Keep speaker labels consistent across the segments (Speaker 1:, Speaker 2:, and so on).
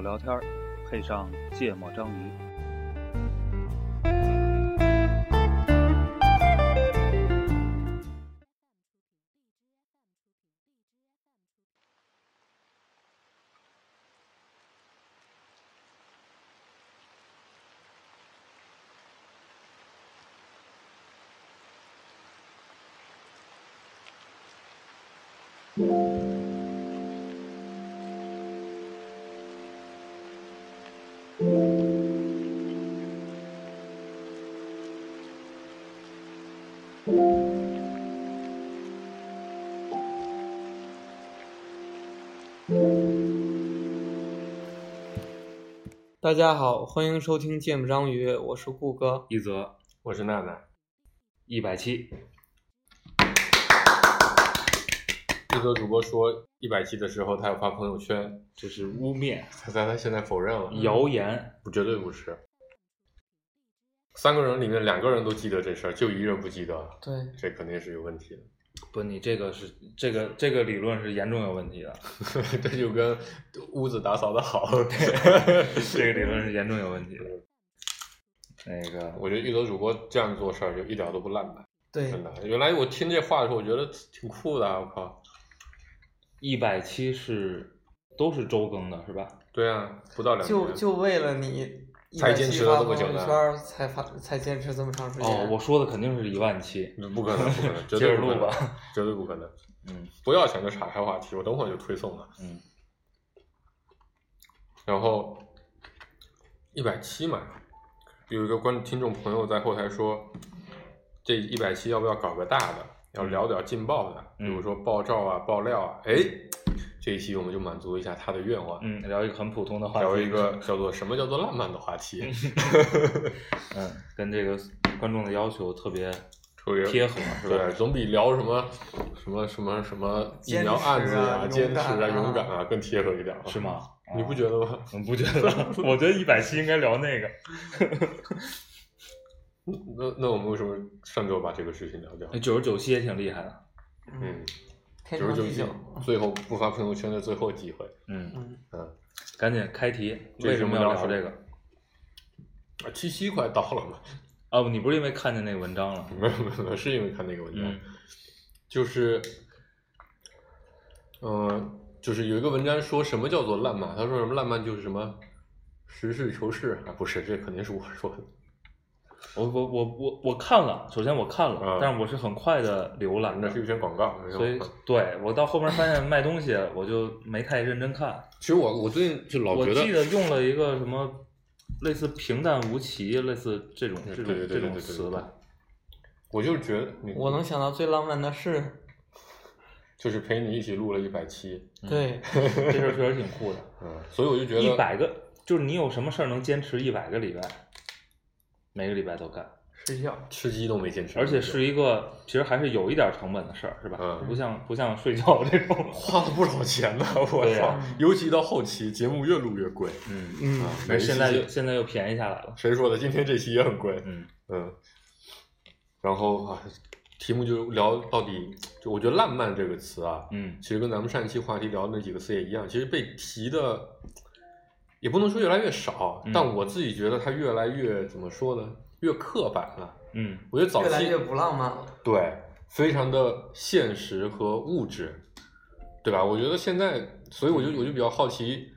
Speaker 1: 聊天，配上芥末章鱼。
Speaker 2: 大家好，欢迎收听《芥末章鱼》，我是顾哥。
Speaker 3: 一泽，
Speaker 4: 我是娜娜，
Speaker 3: 一百期，
Speaker 4: 一则主播说一百期的时候，他要发朋友圈，
Speaker 3: 这是污蔑、
Speaker 4: 他他他现在否认了，
Speaker 3: 谣言。
Speaker 4: 不绝对不是。三个人里面两个人都记得这事儿，就一人不记得，
Speaker 2: 对，
Speaker 4: 这肯定是有问题的。
Speaker 3: 不，你这个是这个这个理论是严重有问题的，
Speaker 4: 这就跟屋子打扫的好，
Speaker 3: 这个理论是严重有问题的。那个，
Speaker 4: 我觉得一泽主播这样做事儿就一点都不烂漫，
Speaker 2: 对
Speaker 4: 真，的。原来我听这话的时候，我觉得挺酷的啊，我靠。
Speaker 3: 一百期是都是周更的，是吧？
Speaker 4: 对啊，不到两
Speaker 2: 就
Speaker 4: 年，
Speaker 2: 就为了你
Speaker 4: 才坚持了这么久
Speaker 2: 170
Speaker 4: 呢
Speaker 2: 发朋友圈，才发才坚持这么长时间。
Speaker 3: 哦，我说的肯定是一万期。
Speaker 4: 不可能，不可能，绝
Speaker 3: 接
Speaker 4: 对
Speaker 3: 着
Speaker 4: 不可
Speaker 3: 录
Speaker 4: 能，
Speaker 3: 吧。
Speaker 4: 绝对不可能。
Speaker 3: 嗯
Speaker 4: 不要想着岔开话题，我等会儿就推送了。
Speaker 3: 嗯，
Speaker 4: 然后一百七嘛，有一个观听众朋友在后台说，这一百七要不要搞个大的，要聊点劲爆的，
Speaker 3: 嗯
Speaker 4: 比如说爆照啊、爆料啊。哎，这一期我们就满足一下他的愿望，
Speaker 3: 嗯，聊一个很普通的话题。
Speaker 4: 聊一个叫做什么叫做浪漫的话题，
Speaker 3: 嗯，跟这个观众的要求特别
Speaker 4: 特别
Speaker 3: 贴合，是吧？
Speaker 4: 对，总比聊什么什么什么什么疫苗案子
Speaker 2: 坚
Speaker 4: 坚
Speaker 2: 持
Speaker 4: 持
Speaker 2: 啊勇敢啊
Speaker 4: 啊、勇敢啊更贴合一点啊，
Speaker 3: 是？吗？哦
Speaker 4: 你不觉得吗？
Speaker 3: 得？不觉得？我觉得一百期应该聊那个。
Speaker 4: 那那我们为什么上周把这个事情聊掉？
Speaker 3: 九十九期也挺厉害的。
Speaker 2: 嗯，
Speaker 4: 嗯，
Speaker 2: 天
Speaker 4: 九
Speaker 2: 长
Speaker 4: 十九
Speaker 2: 地
Speaker 4: 期
Speaker 2: 久。，
Speaker 4: 最后不发朋友圈的最后几回，
Speaker 3: 嗯，
Speaker 2: 嗯，
Speaker 4: 嗯，
Speaker 3: 赶紧开题，
Speaker 4: 这
Speaker 3: 为
Speaker 4: 是
Speaker 3: 什
Speaker 4: 我
Speaker 3: 么
Speaker 4: 们
Speaker 3: 要
Speaker 4: 聊
Speaker 3: 聊
Speaker 4: 什么
Speaker 3: 这个？
Speaker 4: 啊七夕快到了嘛，
Speaker 3: 啊，不你不是因为看见那个文章了？
Speaker 4: 没有没有没有，是因为看那个文章，
Speaker 3: 嗯
Speaker 4: 就是，嗯、就是有一个文章说什么叫做浪漫，他说什么浪漫就是什么实事求是啊，不是，这肯定是我说的，
Speaker 3: 我我我我我看了，首先我看了，
Speaker 4: 啊
Speaker 3: 但是我是很快的浏览
Speaker 4: 那
Speaker 3: 的，
Speaker 4: 是一篇广告，没有
Speaker 3: 所以对我到后面发现卖东西，我就没太认真看。
Speaker 4: 其实我我最近就 老
Speaker 3: 我
Speaker 4: 觉
Speaker 3: 记得用了一个什么类似平淡无奇，类似这种
Speaker 4: 对
Speaker 3: 这
Speaker 4: 对
Speaker 3: 种这
Speaker 4: 对对对
Speaker 3: 种
Speaker 4: 对
Speaker 3: 词吧。
Speaker 4: 我就是觉得你
Speaker 2: 我能想到最浪漫的事，
Speaker 4: 就是陪你一起录了一百期，
Speaker 2: 对，
Speaker 3: 这事儿确实挺酷的。
Speaker 4: 嗯，所以我就觉得
Speaker 3: 一百个就是你有什么事儿能坚持一百个礼拜，每个礼拜都干，
Speaker 2: 睡 觉。
Speaker 4: 吃鸡都没坚持，
Speaker 3: 而且是一个其实还是有一点成本的事儿，是吧？
Speaker 4: 嗯
Speaker 3: 不像不像睡觉这 种。
Speaker 4: 花了不少钱 呢，我
Speaker 3: 对
Speaker 4: 操、
Speaker 3: 呀
Speaker 4: 啊尤其到后期节目越录越贵，
Speaker 3: 嗯，
Speaker 2: 嗯，
Speaker 4: 啊，
Speaker 3: 那
Speaker 4: 每一期
Speaker 3: 现在又
Speaker 4: 节
Speaker 3: 现在又便宜下来了。
Speaker 4: 谁说的？今天这期也很贵，
Speaker 3: 嗯，
Speaker 4: 嗯，然后啊，题目就聊到底，就我觉得“浪漫”这个词啊，
Speaker 3: 嗯
Speaker 4: 其实跟咱们上一期话题聊的那几个词也一样，其实被提的也不能说越来越少，
Speaker 3: 嗯
Speaker 4: 但我自己觉得它越来越怎么说呢？越刻板了。
Speaker 3: 嗯
Speaker 4: 我觉得早期
Speaker 2: 越来越不浪漫了。
Speaker 4: 对，非常的现实和物质，对吧？我觉得现在，所以我就
Speaker 3: 嗯
Speaker 4: 我就比较好奇，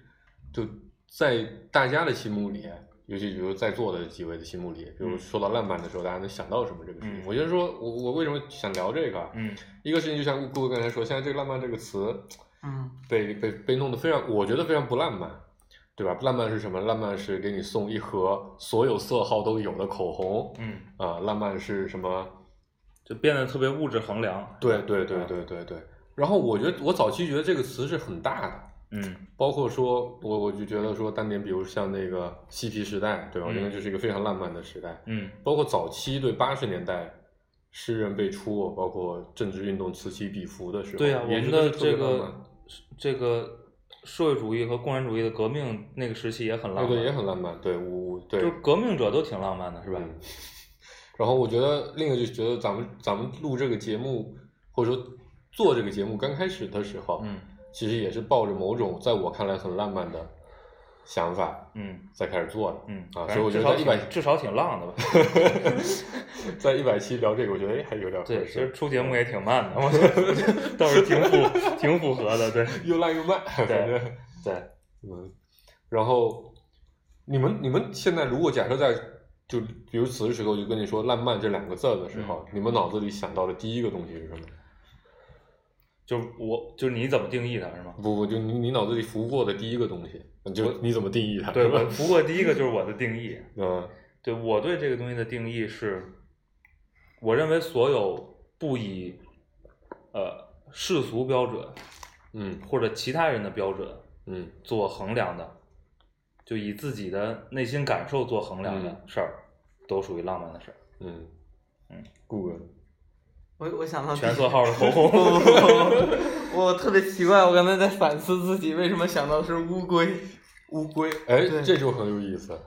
Speaker 4: 就在大家的心目里，尤其比如在座的几位的心目里，比如
Speaker 3: 嗯
Speaker 4: 说到浪漫的时候，大家能想到什么这个事情？
Speaker 3: 嗯
Speaker 4: 我就说我我为什么想聊这个啊？
Speaker 3: 嗯
Speaker 4: 一个事情就像各位刚才说，现在这个“浪漫”这个词
Speaker 2: 嗯，
Speaker 4: 被被被弄得非常，我觉得非常不浪漫。对吧？浪漫是什么？浪漫是给你送一盒所有色号都有的口红
Speaker 3: 嗯，
Speaker 4: 啊、浪漫是什么？
Speaker 3: 就变得特别物质衡量。
Speaker 4: 对对对对对对。然后我觉得我早期觉得这个词是很大的，
Speaker 3: 嗯
Speaker 4: 包括说我我就觉得说当年比如像那个嬉皮时代，对吧？
Speaker 3: 嗯
Speaker 4: 我觉得就是一个非常浪漫的时代。
Speaker 3: 嗯
Speaker 4: 包括早期对八十年代诗人辈出，包括政治运动此起彼伏的时候，
Speaker 3: 对啊呀、我
Speaker 4: 也
Speaker 3: 们
Speaker 4: 是
Speaker 3: 的
Speaker 4: 特别
Speaker 3: 这
Speaker 4: 浪
Speaker 3: 个
Speaker 4: 漫
Speaker 3: 这个社会主义和共产主义的革命那个时期也很浪
Speaker 4: 哎
Speaker 3: 漫，
Speaker 4: 对也很浪漫，对我我对
Speaker 3: 就革命者都挺浪漫的，是吧？
Speaker 4: 嗯 然后我觉得另一个就觉得咱们咱们录这个节目或者说做这个节目刚开始的时候，
Speaker 3: 嗯
Speaker 4: 其实也是抱着某种在我看来很浪漫的想法
Speaker 3: 嗯
Speaker 4: 再开始做的。
Speaker 3: 嗯
Speaker 4: 啊
Speaker 3: 反
Speaker 4: 所以
Speaker 3: 正
Speaker 4: 我觉
Speaker 3: 至
Speaker 4: 得
Speaker 3: 少
Speaker 4: 一百
Speaker 3: 挺至少挺浪的吧。
Speaker 4: 在一百期聊这个，我觉得哎还有点
Speaker 3: 对，
Speaker 4: 合
Speaker 3: 其实
Speaker 4: 适，
Speaker 3: 出节目也挺慢的，我觉得倒是挺符挺符合的。对
Speaker 4: 又烂又慢， 反正
Speaker 3: 对，
Speaker 4: 嗯，然后你们你们现在如果假设在就比如此时此刻，我就跟你说“烂漫”这两个字儿的时
Speaker 3: 嗯
Speaker 4: 候，你们脑子里想到的第一个东西是什么？
Speaker 3: 就是我就是你怎么定义它是吗？
Speaker 4: 不不，就你你脑子里浮过的第一个东西，就你怎么定义它？
Speaker 3: 对，
Speaker 4: 是
Speaker 3: 我
Speaker 4: 吧？
Speaker 3: 不过第一个就是我的定义，
Speaker 4: 嗯
Speaker 3: 对我对这个东西的定义是，我认为所有不以呃世俗标准
Speaker 4: 嗯
Speaker 3: 或者其他人的标准
Speaker 4: 嗯
Speaker 3: 做衡量的，就以自己的内心感受做衡量的
Speaker 4: 嗯
Speaker 3: 事儿，都属于浪漫的事儿。
Speaker 4: 嗯
Speaker 3: 嗯，
Speaker 4: 顾哥，
Speaker 2: 我我想到第
Speaker 3: 全
Speaker 2: 一
Speaker 3: 色号的口
Speaker 2: 不不
Speaker 3: 红，
Speaker 2: 不不， 我特别奇怪，我刚才在反思自己为什么想到的是乌龟，
Speaker 4: 乌龟，哎
Speaker 2: 对，
Speaker 4: 这就很有意思。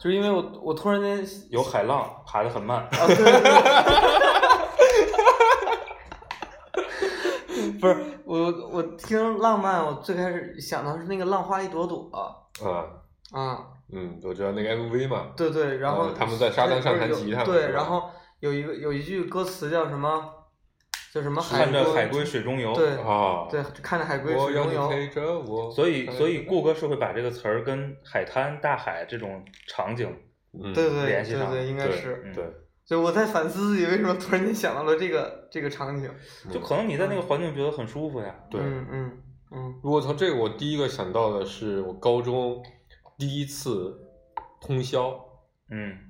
Speaker 2: 就是因为我我突然间
Speaker 3: 有海浪爬得很慢。
Speaker 2: 啊，对对对， 不是我我听浪漫，我最开始想到是那个浪花一朵朵
Speaker 4: 啊，
Speaker 2: 啊，
Speaker 4: 嗯，我知道那个 MV 嘛，
Speaker 2: 对对，然后、
Speaker 4: 呃他们在沙滩上弹吉他嘛是
Speaker 2: 对，
Speaker 4: 吧
Speaker 2: 然后有一个有一句歌词叫什么？叫什么海
Speaker 3: 看
Speaker 2: 龟？
Speaker 3: 着海龟水中游，
Speaker 2: 对
Speaker 4: 啊，
Speaker 2: 对，看着海龟
Speaker 4: 我
Speaker 2: 水
Speaker 4: 要
Speaker 2: 中
Speaker 4: 你
Speaker 2: 游。
Speaker 4: 陪着我，
Speaker 3: 所以所以顾哥是会把这个词儿跟海滩、大海这种场景，
Speaker 4: 嗯
Speaker 2: 对对
Speaker 3: 联系
Speaker 2: 对
Speaker 3: 上
Speaker 2: 对，应该
Speaker 4: 对
Speaker 2: 是。
Speaker 3: 嗯
Speaker 4: 对，
Speaker 2: 就我在反思自己为什么突然间想到了这个这个场景。
Speaker 3: 就
Speaker 4: 嗯
Speaker 3: 可能你在那个环境觉得很舒服呀。
Speaker 4: 对。
Speaker 2: 嗯嗯嗯
Speaker 4: 如果从这个，我第一个想到的是我高中第一次通宵。
Speaker 3: 嗯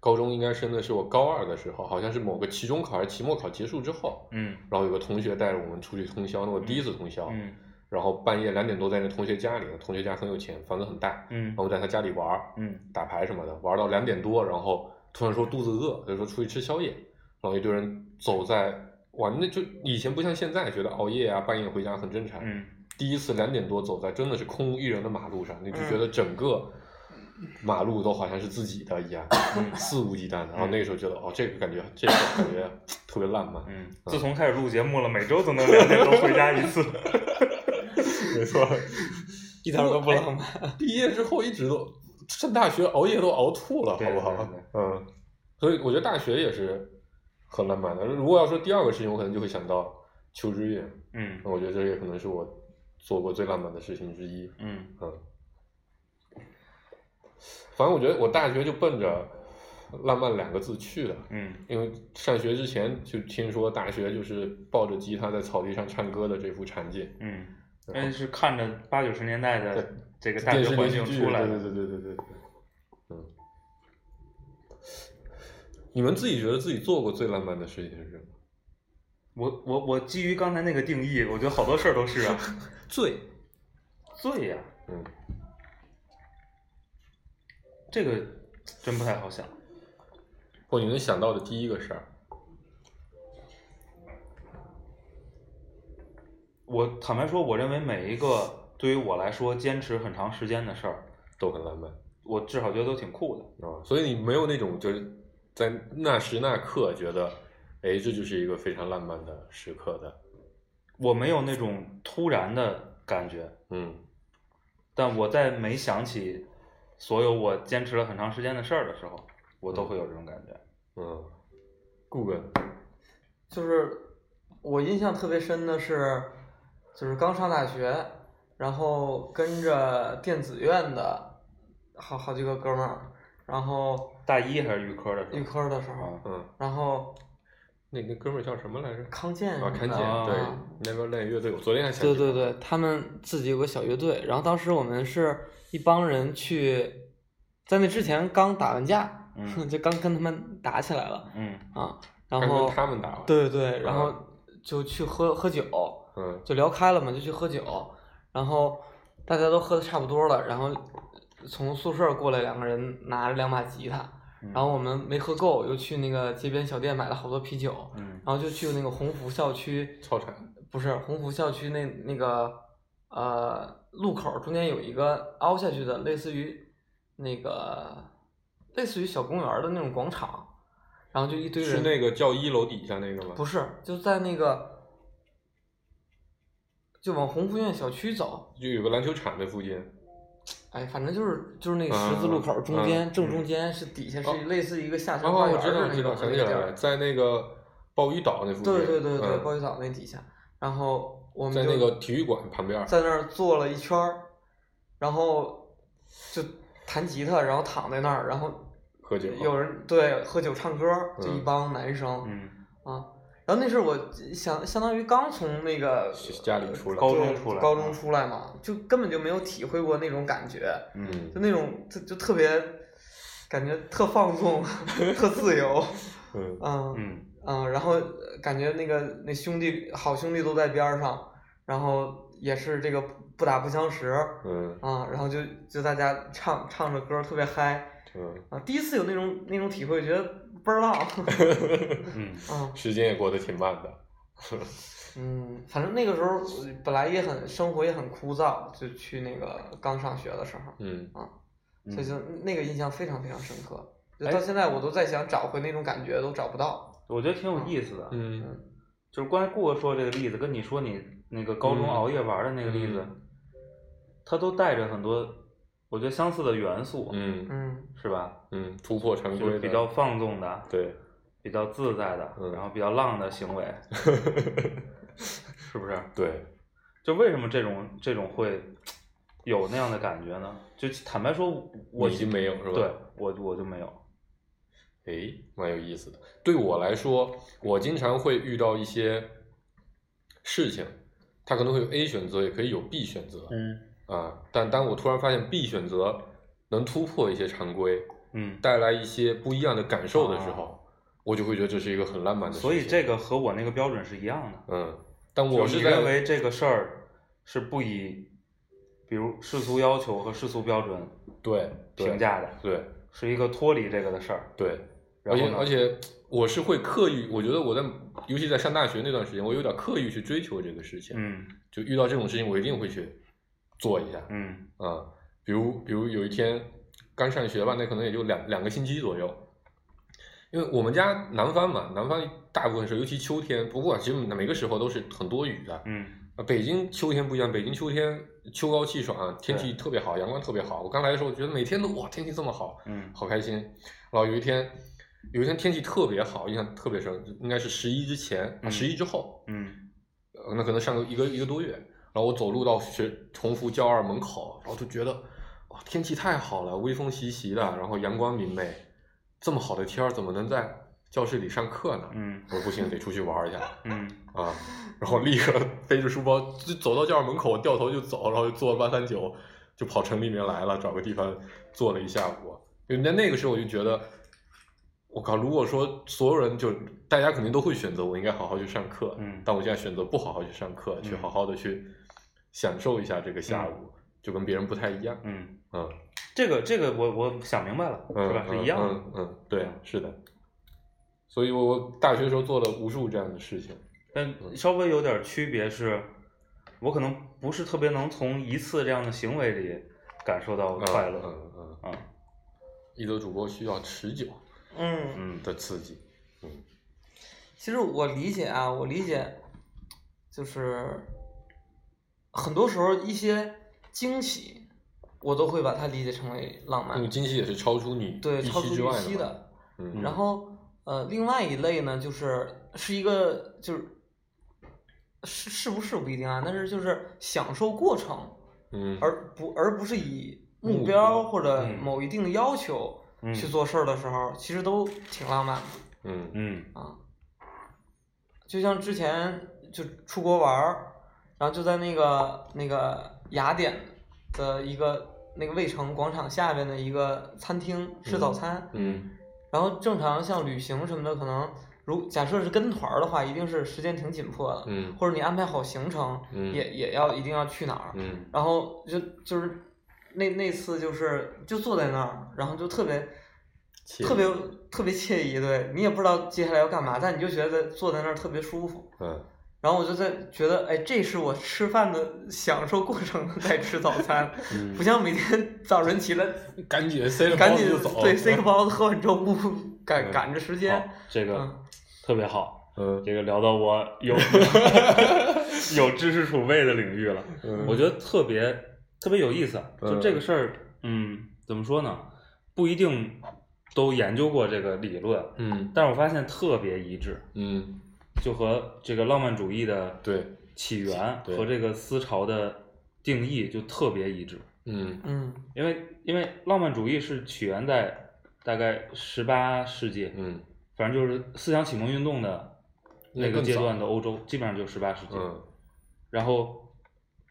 Speaker 4: 高中应该是那是我高二的时候，好像是某个期中考还是期末考结束之后，
Speaker 3: 嗯
Speaker 4: 然后有个同学带着我们出去通宵，那我第一次通宵，
Speaker 3: 嗯
Speaker 4: 然后半夜两点多在那同学家里，同学家很有钱，房子很大，
Speaker 3: 嗯
Speaker 4: 然后我在他家里玩儿
Speaker 3: 嗯
Speaker 4: 打牌什么的，玩到两点多，然后突然说肚子饿，就说出去吃宵夜，然后一堆人走在哇，那就以前不像现在觉得熬夜啊，半夜回家很正常，
Speaker 3: 嗯
Speaker 4: 第一次两点多走在真的是空无一人的马路上，你就觉得整个马路都好像是自己的一样，
Speaker 3: 嗯
Speaker 4: 肆无忌惮的。然后那个时候觉得，哦，这个感觉，这个感觉 特别浪漫。
Speaker 3: 嗯。自从开始录节目了，每周都能两点多回家一 次。
Speaker 4: 没 错，
Speaker 2: 一点都不浪漫。
Speaker 4: 毕业之后一直都上大学熬夜都熬吐了，
Speaker 3: 对
Speaker 4: 好不好
Speaker 3: 对对？
Speaker 4: 嗯， 所以我觉得大学也是很浪漫的。如果要说第二个事情，我可能就会想到秋之月，
Speaker 3: 嗯
Speaker 4: 那我觉得这也可能是我做过最浪漫的事情之一。
Speaker 3: 嗯
Speaker 4: 嗯，反正我觉得我大学就奔着“浪漫”两个字去的，
Speaker 3: 嗯
Speaker 4: 因为上学之前就听说大学就是抱着吉他在草地上唱歌的这副场景，
Speaker 3: 嗯，
Speaker 4: 然
Speaker 3: 但
Speaker 4: 后
Speaker 3: 是看着八九十年代
Speaker 4: 对
Speaker 3: 的这个大
Speaker 4: 电
Speaker 3: 学
Speaker 4: 视
Speaker 3: 环
Speaker 4: 连续
Speaker 3: 境
Speaker 4: 剧
Speaker 3: 出来
Speaker 4: 对
Speaker 3: 的，
Speaker 4: 对对对对对对，嗯。你们自己觉得自己做过最浪漫的事情是什么？
Speaker 3: 我我我基于刚才那个定义，我觉得好多事儿都是啊，
Speaker 4: 最，
Speaker 3: 醉呀，
Speaker 4: 嗯，
Speaker 3: 这个真不太好想。
Speaker 4: 或哦你能想到的第一个事儿，
Speaker 3: 我坦白说，我认为每一个对于我来说坚持很长时间的事儿，
Speaker 4: 都很浪漫。
Speaker 3: 我至少觉得都挺酷的。
Speaker 4: 啊、所以你没有那种就是在那时那刻觉得，哎，这就是一个非常浪漫的时刻的，
Speaker 3: 我没有那种突然的感觉，
Speaker 4: 嗯
Speaker 3: 但我在没想起所有我坚持了很长时间的事儿的时候，我都会有这种感觉。
Speaker 4: 嗯，顾哥，
Speaker 2: 就是我印象特别深的是，就是刚上大学，然后跟着电子院的好好几个哥们儿，然后
Speaker 3: 大一还是预科的时候，
Speaker 2: 预科的时候，
Speaker 3: 啊，
Speaker 4: 嗯，
Speaker 2: 然后
Speaker 4: 那那哥们儿叫什么来着？
Speaker 2: 康健
Speaker 4: 啊，看见，
Speaker 3: 啊
Speaker 4: 对，那边练乐队，我昨天还想
Speaker 2: 对
Speaker 4: 起
Speaker 2: 对
Speaker 4: 来，
Speaker 2: 对，他们自己有个小乐队，然后当时我们是一帮人去，在那之前刚打完架，
Speaker 3: 嗯
Speaker 2: 就刚跟他们打起来了
Speaker 3: 嗯
Speaker 2: 啊，然
Speaker 4: 还
Speaker 2: 后
Speaker 4: 跟他们打了，，
Speaker 2: 对对，然
Speaker 4: 啊
Speaker 2: 后就去喝喝酒，
Speaker 4: 嗯
Speaker 2: 就聊开了嘛，就去喝酒，然后大家都喝的差不多了，然后从宿舍过来两个人拿着两把吉他，
Speaker 3: 嗯
Speaker 2: 然后我们没喝够，又去那个街边小店买了好多啤酒，
Speaker 3: 嗯
Speaker 2: 然后就去那个鸿福校区，
Speaker 4: 操场，
Speaker 2: 不是鸿福校区那那个呃路口中间有一个凹下去的，类似于那个类似于小公园儿的那种广场，然后就一堆人
Speaker 4: 是那个教一楼底下那个吗？
Speaker 2: 不是就在那个就往鸿福苑小区走，啊
Speaker 4: 就有个篮球场在附近，
Speaker 2: 哎，反正就是就是那个十字路口
Speaker 4: 嗯
Speaker 2: 中间、
Speaker 4: 嗯
Speaker 2: 正中间是底下
Speaker 4: 哦
Speaker 2: 是类似一个下沉
Speaker 4: 哦，
Speaker 2: 花
Speaker 4: 我
Speaker 2: 园
Speaker 4: 知
Speaker 2: 儿
Speaker 4: 道，
Speaker 2: 的那
Speaker 4: 知道，
Speaker 2: 种
Speaker 4: 想
Speaker 2: 那
Speaker 4: 起
Speaker 2: 个
Speaker 4: 来
Speaker 2: 地
Speaker 4: 了，
Speaker 2: 儿。
Speaker 4: 在那个鲍鱼岛那附近，
Speaker 2: 对对对对，
Speaker 4: 嗯
Speaker 2: 鲍鱼岛那底下，然后我们
Speaker 4: 在
Speaker 2: 就
Speaker 4: 那个体育馆旁边儿，
Speaker 2: 在那儿坐了一圈儿，然后就弹吉他，然后躺在那儿，然后
Speaker 4: 喝酒，
Speaker 2: 有人对喝酒唱歌，就一
Speaker 4: 嗯
Speaker 2: 帮男生、
Speaker 3: 嗯，
Speaker 2: 啊。然后那是我相相当于刚从那个
Speaker 4: 家里出来，
Speaker 3: 高
Speaker 2: 对
Speaker 3: 中出来嗯
Speaker 2: 高中出来嘛，就根本就没有体会过那种感觉，
Speaker 4: 嗯
Speaker 2: 就那种就就特别感觉特放纵， 特自由，
Speaker 4: 嗯
Speaker 2: 嗯
Speaker 3: 嗯，
Speaker 2: 嗯，然后呃感觉那个那兄弟好兄弟都在边儿上，然后也是这个不打不相识
Speaker 4: 嗯
Speaker 2: 啊，然后就就大家唱唱着歌儿特别嗨
Speaker 4: 嗯，
Speaker 2: 啊，第一次有那种那种体会，觉得倍儿浪，
Speaker 3: 嗯，
Speaker 2: 嗯
Speaker 4: 时间也过得挺慢的，
Speaker 2: 嗯，反正那个时候呃本来也很生活也很枯燥，就去那个刚上学的时候，
Speaker 4: 嗯
Speaker 2: 所以就那个印象非常非常深刻，就
Speaker 3: 哎
Speaker 2: 到现在我都在想找回那种感觉，都找不到。
Speaker 3: 我觉得挺有意思的。
Speaker 4: 嗯
Speaker 3: 就是关于顾哥说这个例子，跟你说你那个高中
Speaker 4: 嗯
Speaker 3: 熬夜玩的那个例子，
Speaker 2: 嗯
Speaker 3: 它都带着很多我觉得相似的元素，
Speaker 4: 嗯
Speaker 2: 嗯
Speaker 3: 是吧？
Speaker 4: 嗯，突破常
Speaker 3: 就是
Speaker 4: 规
Speaker 3: 比
Speaker 4: 的，
Speaker 3: 较放纵的，
Speaker 4: 对，
Speaker 3: 比较自在的，
Speaker 4: 嗯
Speaker 3: 然后比较浪的 行为，是不是？
Speaker 4: 对，
Speaker 3: 就为什么这种这种会有那样的感觉呢？就坦白说，我
Speaker 4: 你已经没有是吧？
Speaker 3: 对我我就没有，
Speaker 4: 诶，蛮有意思的。对我来说，我经常会遇到一些事情，它可能会有 A 选择，也可以有 B 选择
Speaker 3: 嗯
Speaker 4: 啊。但当我突然发现 B 选择能突破一些常规，
Speaker 3: 嗯，
Speaker 4: 带来一些不一样的感受的时候，我就会觉得这是一个很浪漫的事情。
Speaker 3: 啊所以这个和我那个标准是一样的。
Speaker 4: 嗯，但
Speaker 3: 就
Speaker 4: 我
Speaker 3: 你
Speaker 4: 是
Speaker 3: 认
Speaker 4: 在
Speaker 3: 为这个事儿是不以，比如世俗要求和世俗标准
Speaker 4: 对对
Speaker 3: 评价的，
Speaker 4: 对
Speaker 3: 是一个脱离这个的事儿。
Speaker 4: 对，
Speaker 3: 然后
Speaker 4: 而且
Speaker 3: 呢
Speaker 4: 而且我是会刻意，我觉得我在尤其在上大学那段时间，我有点刻意去追求这个事情。
Speaker 3: 嗯
Speaker 4: 就遇到这种事情，我一定会去做一下啊、
Speaker 3: 嗯
Speaker 4: 比如，比如有一天刚上学吧，那可能也就两两个星期左右。因为我们家南方嘛，南方大部分时候，尤其秋天，不过其实每个时候都是很多雨的。
Speaker 3: 嗯
Speaker 4: 啊，北京秋天不一样，北京秋天秋高气爽，天气
Speaker 3: 对
Speaker 4: 特别好，阳光特别好。我刚来的时候觉得每天都哇，天气这么好，
Speaker 3: 嗯
Speaker 4: 好开心。然后有一天，有一天天气特别好，印象特别深，应该是十一之前啊，
Speaker 3: 嗯
Speaker 4: 十一之后，
Speaker 3: 嗯
Speaker 4: 呃，那可能上个一个一个多月，然后我走路到学重福教二门口，然后就觉得哇，天气太好了，微风习习的，然后阳光明媚，这么好的天儿怎么能在教室里上课呢？
Speaker 3: 嗯
Speaker 4: 我说不行，得出去玩一下
Speaker 3: 嗯
Speaker 4: 啊！然后立刻背着书包就走到教室门口，掉头就走，然后就坐八三九就跑城里面来了，找个地方坐了一下午。因为在那个时候我就觉得，我靠！如果说所有人就大家肯定都会选择我应该好好去上课，
Speaker 3: 嗯
Speaker 4: 但我现在选择不好好去上课，去
Speaker 3: 嗯
Speaker 4: 好好的去享受一下这个下午，就跟别人不太一样。
Speaker 3: 嗯，
Speaker 4: 嗯，
Speaker 3: 这个这个我我想明白了，
Speaker 4: 嗯
Speaker 3: 是吧？是一样的。
Speaker 4: 嗯嗯嗯，对，是的。所以我我大学时候做了无数这样的事情。
Speaker 3: 但稍微有点区别是，我可能不是特别能从一次这样的行为里感受到
Speaker 4: 嗯
Speaker 3: 快乐。
Speaker 4: 嗯嗯，
Speaker 3: 嗯
Speaker 4: 一则主播需要持久
Speaker 2: 嗯
Speaker 3: 嗯
Speaker 4: 的刺激。
Speaker 2: 其实我理解啊，我理解，就是很多时候一些惊喜，我都会把它理解成为浪
Speaker 4: 那种
Speaker 2: 漫，
Speaker 4: 惊喜也是超出你
Speaker 2: 对，
Speaker 4: 预
Speaker 2: 超出
Speaker 4: 期之
Speaker 2: 预
Speaker 4: 外
Speaker 2: 期
Speaker 4: 嘛。
Speaker 2: 的。
Speaker 4: 嗯
Speaker 2: 然后呃，另外一类呢，就是是一个就是是是不是不一定啊，但是就是享受过程，
Speaker 4: 嗯
Speaker 2: 而不而不是以目
Speaker 4: 目
Speaker 2: 标
Speaker 4: 标
Speaker 2: 或者
Speaker 3: 嗯
Speaker 2: 某一定的要求
Speaker 3: 嗯
Speaker 2: 去做事儿的时候，其实都挺浪漫的。
Speaker 4: 嗯
Speaker 3: 嗯
Speaker 2: 啊，就像之前就出国玩儿，然后就在那个那个雅典的一个那个卫城广场下边的一个餐厅吃早餐，
Speaker 4: 嗯
Speaker 2: 然后正常像旅行什么的，可能如假设是跟团儿的话，一定是时间挺紧迫的，
Speaker 4: 嗯
Speaker 2: 或者你安排好行程，
Speaker 4: 嗯
Speaker 2: 也也要一定要去哪儿，
Speaker 4: 嗯
Speaker 2: 然后就就是那那次就是就坐在那儿，然后就特别
Speaker 4: 惬
Speaker 2: 特
Speaker 4: 意
Speaker 2: 别特别惬意，对你也不知道接下来要干嘛，但你就觉得坐在那儿特别舒服。
Speaker 4: 嗯
Speaker 2: 然后我就在觉得，哎，这是我吃饭的享受过程， 在吃早餐，
Speaker 4: 嗯
Speaker 2: 不，像每天早晨起来
Speaker 4: 赶紧塞了
Speaker 2: 赶
Speaker 4: 包
Speaker 2: 紧
Speaker 4: 子就走。
Speaker 2: 对塞个包子喝碗粥，不赶
Speaker 4: 嗯
Speaker 2: 赶着时间
Speaker 3: 好，这个、
Speaker 2: 嗯
Speaker 3: 特别好。
Speaker 4: 嗯
Speaker 3: 这个聊到我有有知识储备的领域了，
Speaker 4: 嗯
Speaker 3: 我觉得特别特别有意思。就这个事儿，嗯，怎么说呢？不一定都研究过这个理论，
Speaker 4: 嗯
Speaker 3: 但是我发现特别一致，
Speaker 4: 嗯，
Speaker 3: 就和这个浪漫主义的
Speaker 4: 对，
Speaker 3: 起源
Speaker 4: 对
Speaker 3: 和这个思潮的定义就特别一致。
Speaker 4: 嗯
Speaker 2: 嗯
Speaker 3: 因为因为浪漫主义是起源在大概十八世纪，
Speaker 4: 嗯
Speaker 3: 反正就是思想启蒙运动的那
Speaker 4: 那更
Speaker 3: 个
Speaker 4: 早
Speaker 3: 阶段的欧洲，基本上就十八世纪。
Speaker 4: 嗯
Speaker 3: 然后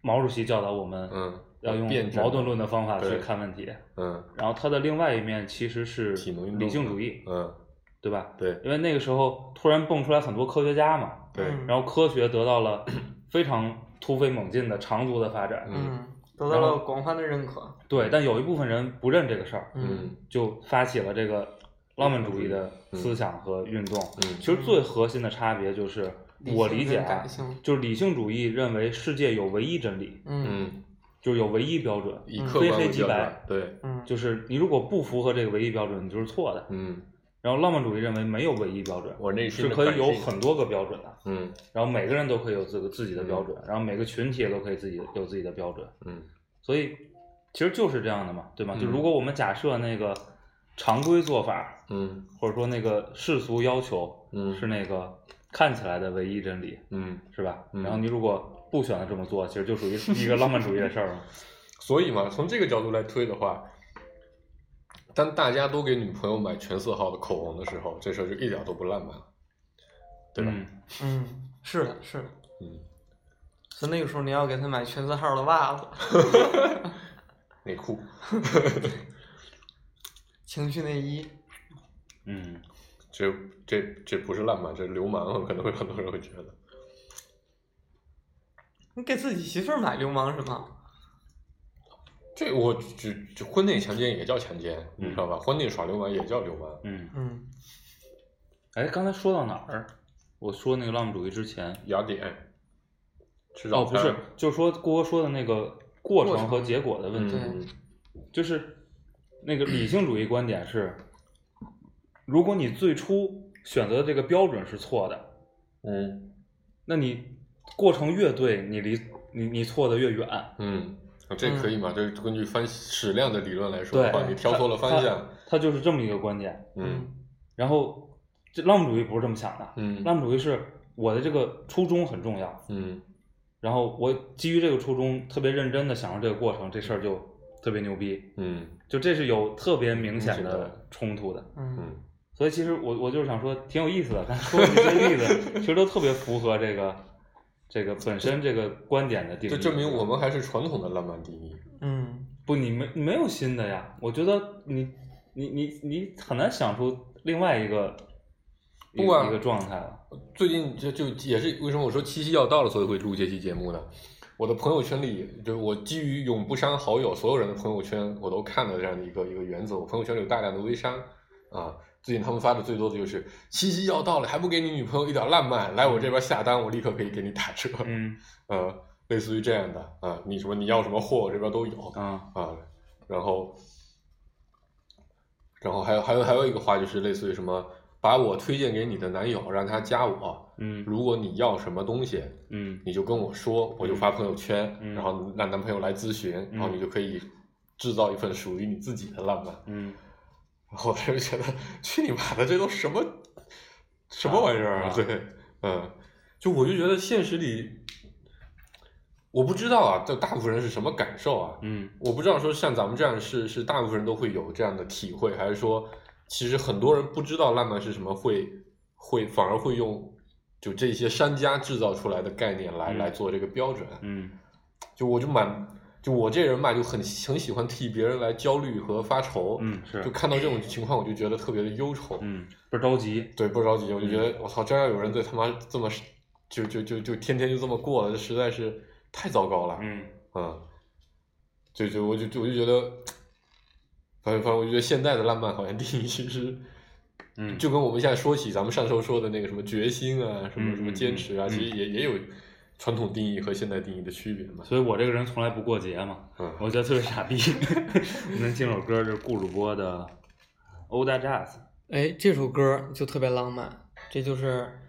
Speaker 3: 毛主席教导我们
Speaker 4: 嗯，
Speaker 3: 要用
Speaker 4: 辩证
Speaker 3: 矛盾论的方法去
Speaker 4: 对
Speaker 3: 看问题。
Speaker 4: 嗯
Speaker 3: 然后它的另外一面其实是
Speaker 4: 启蒙运动
Speaker 3: 理性主义，
Speaker 4: 嗯，
Speaker 3: 对吧？
Speaker 4: 对
Speaker 3: 因为那个时候突然蹦出来很多科学家嘛，
Speaker 4: 对，
Speaker 2: 嗯
Speaker 3: 然后科学得到了 非常突飞猛进的长足的发展。
Speaker 2: 嗯，得到了广泛的认可。
Speaker 3: 对，但有一部分人不认这个事儿，
Speaker 4: 嗯
Speaker 3: 就发起了这个浪漫主义的思想和运动。
Speaker 4: 嗯
Speaker 3: 其实最核心的差别就是，
Speaker 2: 理
Speaker 3: 我
Speaker 2: 性
Speaker 3: 理解
Speaker 2: 跟
Speaker 3: 啊
Speaker 2: 感，性，
Speaker 3: 就是理性主义认为世界有唯一真理，
Speaker 2: 嗯
Speaker 4: 嗯，
Speaker 3: 就是有唯一标准，
Speaker 4: 以
Speaker 2: 嗯
Speaker 4: 客
Speaker 3: 非
Speaker 4: 观
Speaker 3: 黑
Speaker 4: 为
Speaker 3: 即
Speaker 4: 标准
Speaker 3: 白，
Speaker 4: 对，
Speaker 2: 嗯，
Speaker 3: 就是你如果不符合这个唯一标准，你就是错的。
Speaker 4: 嗯
Speaker 3: 然后浪漫主义认为没有唯一标准，
Speaker 4: 我内心
Speaker 3: 是
Speaker 4: 的
Speaker 3: 可以
Speaker 4: 感
Speaker 3: 有
Speaker 4: 性
Speaker 3: 很多个标准的，
Speaker 4: 嗯
Speaker 3: 然后每个人都可以有自个自己的标准，然后每个群体也都可以自己有自己的标准。
Speaker 4: 嗯
Speaker 3: 所以其实就是这样的嘛，对吗？
Speaker 4: 嗯
Speaker 3: 就如果我们假设那个常规做法，
Speaker 4: 嗯
Speaker 3: 或者说那个世俗要求
Speaker 4: 嗯
Speaker 3: 是那个看起来的唯一真理，
Speaker 4: 嗯，
Speaker 3: 是吧？
Speaker 4: 嗯
Speaker 3: 然后你如果不选择这么做，其实就属于一个浪漫主义的事 儿嘛。
Speaker 4: 所以嘛，从这个角度来推的话，当大家都给女朋友买全色号的口红的时候，这事儿就一点都不浪漫了，对吧？
Speaker 3: 嗯
Speaker 2: 嗯，是的，是的。
Speaker 4: 嗯，
Speaker 2: 所以那个时候你要给他买全字号的袜子，
Speaker 4: 内裤，
Speaker 2: 情趣内衣。
Speaker 3: 嗯，
Speaker 4: 这这这不是浪漫，这是流氓啊，可能会很多人会觉得。
Speaker 2: 你给自己媳妇儿买流氓什么？
Speaker 4: 这我只只婚内强奸也叫强奸，你知道吧？婚内耍流氓也叫流氓。
Speaker 3: 嗯。
Speaker 2: 嗯
Speaker 3: 哎，刚才说到哪儿？我说那个浪漫主义之前，
Speaker 4: 雅典吃
Speaker 3: 哦，
Speaker 4: 早
Speaker 3: 不
Speaker 4: 餐
Speaker 3: 是，就是说郭哥说的那个过程和结果的问题，
Speaker 4: 嗯
Speaker 3: 就是那个理性主义观点是，如果你最初选择的这个标准是错的，
Speaker 4: 嗯
Speaker 3: 那你过程越对，你离你你错的越远。
Speaker 4: 嗯，这可以嘛？这根据翻矢量的理论来说
Speaker 3: 对
Speaker 4: 的话，你挑错了方向。
Speaker 3: 它就是这么一个观点。
Speaker 4: 嗯
Speaker 3: 然后这浪漫主义不是这么想的，
Speaker 4: 嗯
Speaker 3: 浪漫主义是我的这个初衷很重要，
Speaker 4: 嗯
Speaker 3: 然后我基于这个初衷特别认真的享受这个过程，这事儿就特别牛逼，
Speaker 4: 嗯
Speaker 3: 就这是有特别明显
Speaker 4: 明显
Speaker 3: 的
Speaker 4: 的
Speaker 3: 冲突的。
Speaker 2: 嗯
Speaker 4: 嗯
Speaker 3: 所以其实我我就是想说，挺有意思的，刚才说的这些例子 其实都特别符合这个这个本身这个观点的定义。
Speaker 4: 这证明我们还是传统的浪漫定义。
Speaker 2: 嗯
Speaker 3: 不，你没你没有新的呀？我觉得你你你你很难想出另外一个一
Speaker 4: 不
Speaker 3: 个
Speaker 4: 啊
Speaker 3: 一个状态了。
Speaker 4: 最近就就也是为什么我说七夕要到了，所以会录这期节目呢？我的朋友圈里，就是我基于永不删好友，所有人的朋友圈我都看了这样的一个一个原则。我朋友圈里有大量的微商啊，最近他们发的最多的就是七夕要到了，还不给你女朋友一点浪漫，来我这边下单，我立刻可以给你打折。
Speaker 3: 嗯
Speaker 4: 呃，类似于这样的啊，你什么你要什么货，我这边都有
Speaker 3: 啊
Speaker 4: 啊。然后，然后还有还有还有一个话就是类似于什么，把我推荐给你的男友，让他加我。
Speaker 3: 嗯
Speaker 4: 如果你要什么东西，
Speaker 3: 嗯
Speaker 4: 你就跟我说，我就发朋友圈，
Speaker 3: 嗯
Speaker 4: 然后让男朋友来咨询，
Speaker 3: 嗯
Speaker 4: 然后你就可以制造一份属于你自己的浪漫。
Speaker 3: 嗯，
Speaker 4: 然后我就觉得，去你妈的，这都什么什么玩意儿
Speaker 3: 啊
Speaker 4: 对，嗯，就我就觉得现实里，我不知道啊，这大部分人是什么感受啊？
Speaker 3: 嗯
Speaker 4: 我不知道说像咱们这样是是大部分人都会有这样的体会，还是说其实很多人不知道浪漫是什么，会会反而会用就这些商家制造出来的概念来、
Speaker 3: 嗯
Speaker 4: 来做这个标准。
Speaker 3: 嗯
Speaker 4: 就我就蛮就我这人嘛，就很很喜欢替别人来焦虑和发愁。
Speaker 3: 嗯是
Speaker 4: 就看到这种情况，我就觉得特别的忧愁。
Speaker 3: 嗯，不着急。
Speaker 4: 对，不着急，我就觉得我操，真要有人对他妈这么就就就就天天就这么过了，这实在是太糟糕了。
Speaker 3: 嗯
Speaker 4: 嗯，就就我就就我就觉得，反正反正我就觉得现在的浪漫好像 定义是，
Speaker 3: 嗯
Speaker 4: 就跟我们现在说起咱们上周说的那个什么决心啊，什
Speaker 3: 嗯
Speaker 4: 么什么坚持啊，
Speaker 3: 嗯嗯
Speaker 4: 其实也也有传统定义和现代定义的区别嘛。
Speaker 3: 所以我这个人从来不过节嘛，
Speaker 4: 嗯
Speaker 3: 我觉得特别傻逼。 我们听首歌，就是顾主播的《Old Jazz》。
Speaker 2: 哎，这首歌就特别浪漫，这就是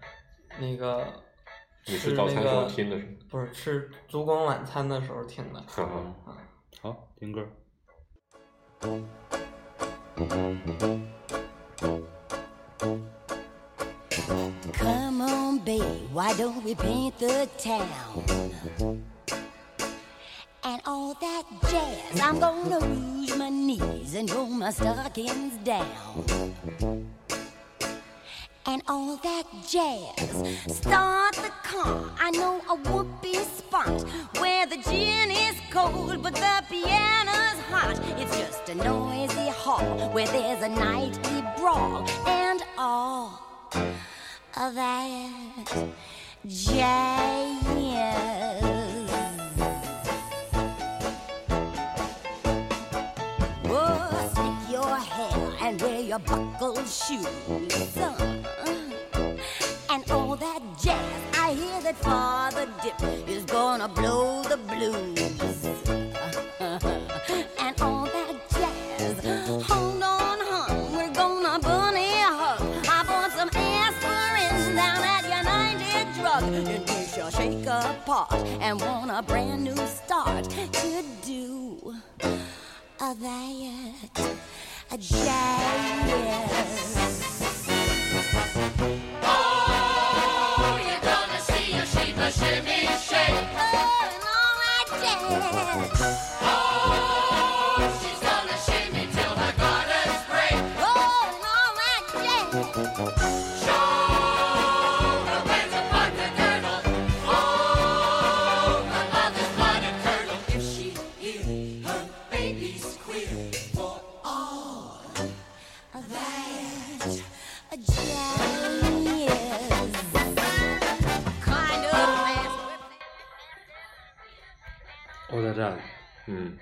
Speaker 2: 那个
Speaker 4: 你
Speaker 2: 吃
Speaker 4: 是早餐
Speaker 2: 那
Speaker 4: 时候
Speaker 2: 个
Speaker 4: 听的是吗？
Speaker 3: 嗯
Speaker 2: 不是吃烛光晚餐的时候听的。
Speaker 4: 哈哈，
Speaker 3: 好，听歌。
Speaker 5: Come on, babe, why don't we paint the town? And all that jazz, I'm gonna rouge my knees and roll my stockings down. And all that jazz, start the car. I know a whoopee spot where the gin is cold, but the piano's hot. It's just a noisy hall where there's a nightly brawl and all of that jazz. Oh, stick your hair and wear your buckle shoes. Uh, And all that jazz, I hear that Father Dip is gonna blow the blues. and all that jazz, hold on, hon, we're gonna bunny hug. I bought some aspirin down at United Drug, and we shall shake apart and want a brand new start to do a diet, a jazz. Oh, and all that jazz. Oh, and all that jazz. A diet, a jazz. Kind of fast.
Speaker 3: 欧大战
Speaker 4: 嗯，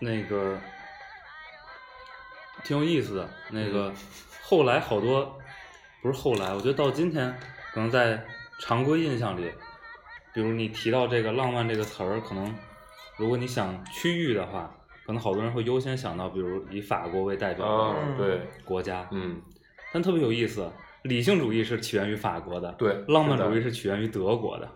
Speaker 3: 那个挺有意思的，那个后来好多不是后来，我觉得到今天可能在常规印象里，比如你提到这个“浪漫”这个词儿，可能如果你想区域的话，可能好多人会优先想到，比如以法国为代表
Speaker 4: 啊
Speaker 3: 的，
Speaker 4: 对，
Speaker 3: 国家，
Speaker 4: 嗯，
Speaker 3: 但特别有意思，理性主义是起源于法国的，
Speaker 4: 对
Speaker 3: 浪漫
Speaker 4: 是的
Speaker 3: 主义是起源于德国 的，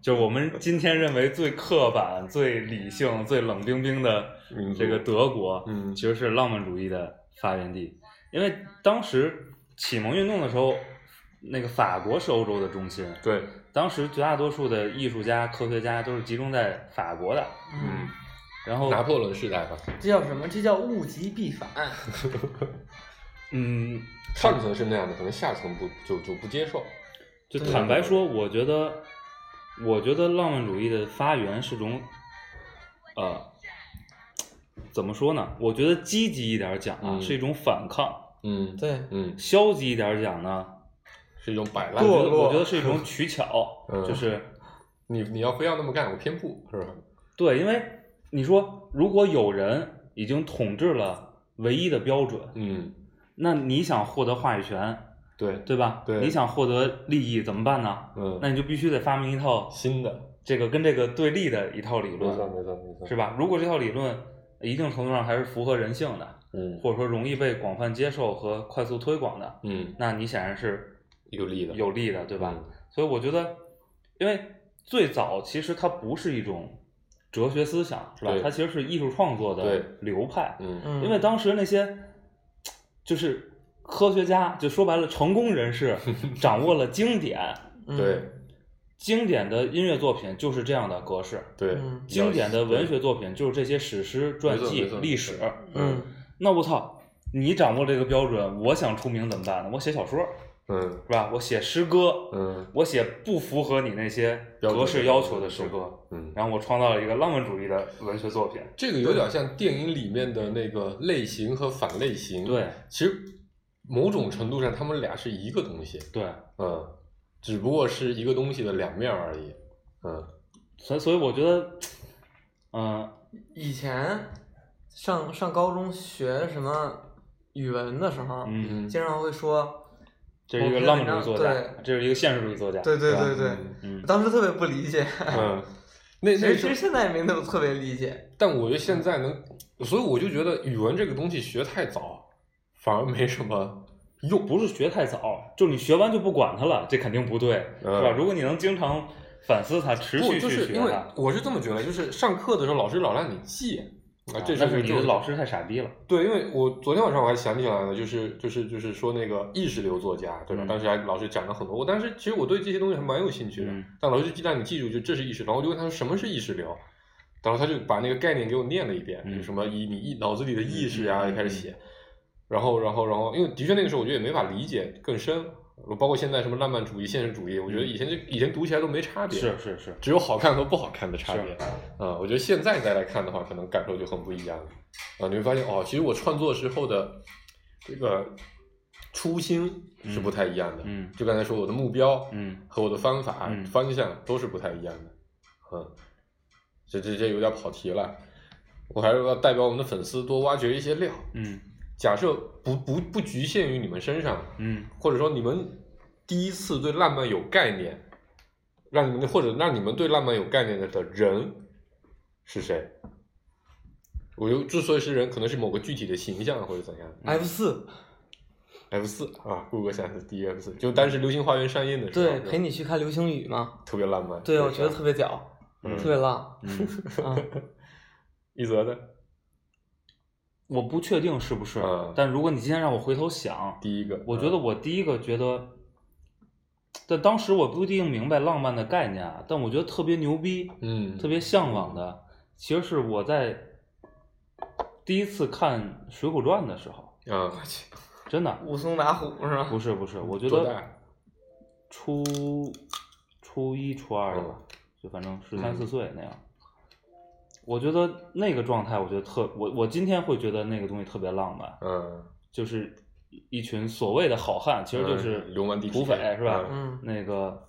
Speaker 3: 就是我们今天认为最刻板、最理性、最冷冰冰的
Speaker 4: 民族
Speaker 3: 这个德国，
Speaker 4: 嗯
Speaker 3: 其实是浪漫主义的发源地，因为当时启蒙运动的时候，那个法国是欧洲的中心，
Speaker 4: 对，
Speaker 3: 当时绝大多数的艺术家、科学家都是集中在法国的，
Speaker 4: 嗯，
Speaker 3: 然后
Speaker 4: 拿破仑时代吧，
Speaker 2: 这叫什么？这叫物极必反。
Speaker 3: 嗯，
Speaker 4: 上层是那样的，可能下层不就就不接受，
Speaker 3: 就
Speaker 2: 对
Speaker 3: 坦白说，我觉得，我觉得浪漫主义的发源是种，呃，怎么说呢？我觉得积极一点讲啊，
Speaker 4: 嗯
Speaker 3: 是一种反抗；
Speaker 4: 嗯
Speaker 2: 对，
Speaker 4: 嗯，
Speaker 3: 消极一点讲呢，
Speaker 4: 是一种摆
Speaker 3: 我
Speaker 4: 烂
Speaker 3: 觉，
Speaker 2: 堕
Speaker 3: 得
Speaker 2: 落
Speaker 3: 我觉得是一 种取巧，
Speaker 4: 嗯
Speaker 3: 就是
Speaker 4: 你你要非要那么干，我偏不，是吧？
Speaker 3: 对，因为你说如果有人已经统治了唯一的标准，
Speaker 4: 嗯，
Speaker 3: 那你想获得话语权，
Speaker 4: 对，
Speaker 3: 对吧？
Speaker 4: 对
Speaker 3: 你想获得利益怎么办呢？
Speaker 4: 嗯，
Speaker 3: 那你就必须得发明一套
Speaker 4: 新的，
Speaker 3: 这个跟这个对立的一套理
Speaker 4: 没
Speaker 3: 论，
Speaker 4: 错没错没错，
Speaker 3: 是吧？如果这套理论一定程度上还是符合人性的，
Speaker 4: 嗯
Speaker 3: 或者说容易被广泛接受和快速推广的，
Speaker 4: 嗯，
Speaker 3: 那你显然是
Speaker 4: 有利的，
Speaker 3: 有利的，对
Speaker 4: 嗯
Speaker 3: 吧？所以我觉得，因为最早其实它不是一种哲学思想，是吧
Speaker 4: 对？
Speaker 3: 它其实是艺术创作
Speaker 4: 对
Speaker 3: 的流派，
Speaker 4: 嗯？嗯
Speaker 2: 嗯，
Speaker 3: 因为当时那些就是科学家，就说白了，成功人 士掌握了经典，
Speaker 2: 嗯
Speaker 4: 对，
Speaker 3: 经典的音乐作品就是这样的格式。
Speaker 4: 对，
Speaker 2: 嗯
Speaker 3: 经典的文学作品就是这些史诗、传记
Speaker 4: 没错、
Speaker 3: 历史。
Speaker 2: 嗯，
Speaker 3: 那我操，你掌握这个标准，我想出名怎么办呢？我写小说
Speaker 4: 嗯
Speaker 3: 是吧？我写诗歌，
Speaker 4: 嗯
Speaker 3: 我写不符合你那些
Speaker 4: 标准的
Speaker 3: 格式要求的诗歌，
Speaker 4: 嗯，
Speaker 3: 然后我创造了一个浪漫主义的文学作品。
Speaker 4: 这个有点像电影里面的那个类型和反类型，，
Speaker 3: 对
Speaker 4: 其实某种程度上他们俩是一个东西，
Speaker 3: 对，
Speaker 4: 嗯，只不过是一个东西的两面而已，嗯
Speaker 3: 所以所以我觉得，嗯、
Speaker 2: 以前上上高中学什么语文的时候，
Speaker 3: 嗯，
Speaker 4: 嗯，
Speaker 2: 经常会说，
Speaker 3: 这是一个浪漫主义作
Speaker 2: 我
Speaker 3: 家
Speaker 2: 们，
Speaker 3: 这是一个现实主义作家。
Speaker 2: 对对对对，
Speaker 3: 嗯，
Speaker 2: 当时特别不理解，
Speaker 4: 嗯，那
Speaker 2: 其实
Speaker 4: 那
Speaker 2: 其
Speaker 4: 时
Speaker 2: 实
Speaker 4: 候
Speaker 2: 现在也没那么特别理解。
Speaker 4: 但我觉得现在能，所以我就觉得语文这个东西学太早，反而没什么。
Speaker 3: 又不是学太早，就是你学完就不管它了，这肯定不对，
Speaker 4: 嗯
Speaker 3: 是吧？如果你能经常反思它，持
Speaker 4: 不
Speaker 3: 续
Speaker 4: 就
Speaker 3: 去
Speaker 4: 是
Speaker 3: 学
Speaker 4: 因为
Speaker 3: 它。
Speaker 4: 我是这么觉得，就是上课的时候老师老让你记啊，这事
Speaker 3: 那
Speaker 4: 儿
Speaker 3: 是你
Speaker 4: 就
Speaker 3: 的老师太傻逼了。
Speaker 4: 对，因为我昨天晚上我还想起来了，就是就是就是说那个意识流作家，对吧？
Speaker 3: 嗯
Speaker 4: 当时还老师讲了很多，我当时其实我对这些东西还蛮有兴趣的，
Speaker 3: 嗯
Speaker 4: 但老师就让你记住，就这是意识，然后我就问他说什么是意识流，然后他就把那个概念给我念了一遍，
Speaker 3: 嗯
Speaker 4: 就什么以你意脑子里的意识呀、
Speaker 3: 嗯嗯
Speaker 4: 就开始写，然后然后然后，因为的确那个时候我觉得也没法理解更深，包括现在什么浪漫主义、现实主义，我觉得以前就以前读起来都没差别，
Speaker 3: 嗯是是是，
Speaker 4: 只有好看和不好看的差别
Speaker 3: 是。
Speaker 4: 啊，我觉得现在再来看的话，可能感受就很不一样了。啊，你会发现哦，其实我创作之后的这个初心是不太一样的。
Speaker 3: 嗯
Speaker 4: 就刚才说我的目标
Speaker 3: 嗯，
Speaker 4: 和我的方法、
Speaker 3: 嗯
Speaker 4: 方向都是不太一样的。嗯，这这这有点跑题了。我还是要代表我们的粉丝多挖掘一些料。
Speaker 3: 嗯
Speaker 4: 假设不不不局限于你们身上，
Speaker 3: 嗯
Speaker 4: 或者说你们第一次对浪漫有概念，让你们或者让你们对浪漫有概念的的人是谁？我就之所以是人，可能是某个具体的形象或者怎样。
Speaker 3: 啊
Speaker 2: F 四，
Speaker 4: F 四啊，顾哥想的第一 F 四，就当时《流星花园》上映的时候，
Speaker 2: 对，陪你去看流星雨嘛，
Speaker 4: 特别浪漫。
Speaker 2: 对，我
Speaker 4: 是
Speaker 2: 觉
Speaker 4: 吧
Speaker 2: 得特别屌，
Speaker 4: 嗯
Speaker 2: 特别浪
Speaker 3: 嗯，
Speaker 2: 啊。
Speaker 4: 一泽的
Speaker 3: 我不确定是不是
Speaker 4: 嗯，
Speaker 3: 但如果你今天让我回头想，
Speaker 4: 第一个，
Speaker 3: 我觉得我第一个觉得，但当时我不一定明白浪漫的概念啊，但我觉得特别牛逼，
Speaker 4: 嗯，
Speaker 3: 特别向往的，其实是我在第一次看《水浒传》的时候，
Speaker 4: 别啊，
Speaker 3: 真的
Speaker 2: 武松打虎是吧？
Speaker 3: 不是不是，我觉
Speaker 4: 多
Speaker 3: 得
Speaker 4: 大？
Speaker 3: 初初一初二吧，就反正十三
Speaker 4: 嗯
Speaker 3: 四岁那样。我觉得那个状态，我觉得特我我今天会觉得那个东西特别浪漫，
Speaker 4: 嗯，
Speaker 3: 就是一群所谓的好汉，其实就是
Speaker 4: 嗯流氓地痞
Speaker 3: 土匪是吧？
Speaker 2: 嗯
Speaker 3: 那个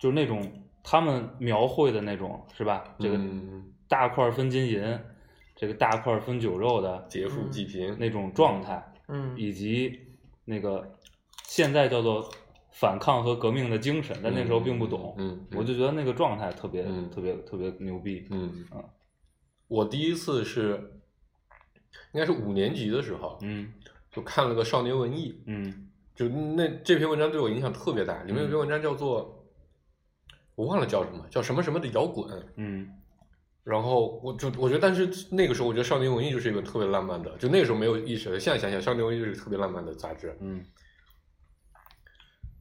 Speaker 3: 就是那种他们描绘的那种是吧？这个
Speaker 4: 嗯
Speaker 3: 大块分金银，这个大块分酒肉的
Speaker 4: 劫富济贫，
Speaker 3: 那种状态，
Speaker 2: 嗯，
Speaker 3: 以及那个现在叫做反抗和革命的精神，但那时候并不懂。
Speaker 4: 嗯，嗯
Speaker 3: 我就觉得那个状态特别、
Speaker 4: 嗯
Speaker 3: 特别特别牛逼。
Speaker 4: 嗯
Speaker 3: 啊，
Speaker 4: 我第一次是应该是五年级的时候，
Speaker 3: 嗯
Speaker 4: 就看了个《少年文艺》，
Speaker 3: 嗯
Speaker 4: 就那这篇文章对我影响特别大。里面有篇文章叫做、我忘了叫什么，叫什么什么的摇滚。
Speaker 3: 嗯
Speaker 4: 然后我就我觉得，但是那个时候我觉得《少年文艺》就是一个特别浪漫的，就那个时候没有意识，现在想想，《少年文艺》就是一个特别浪漫的杂志。
Speaker 3: 嗯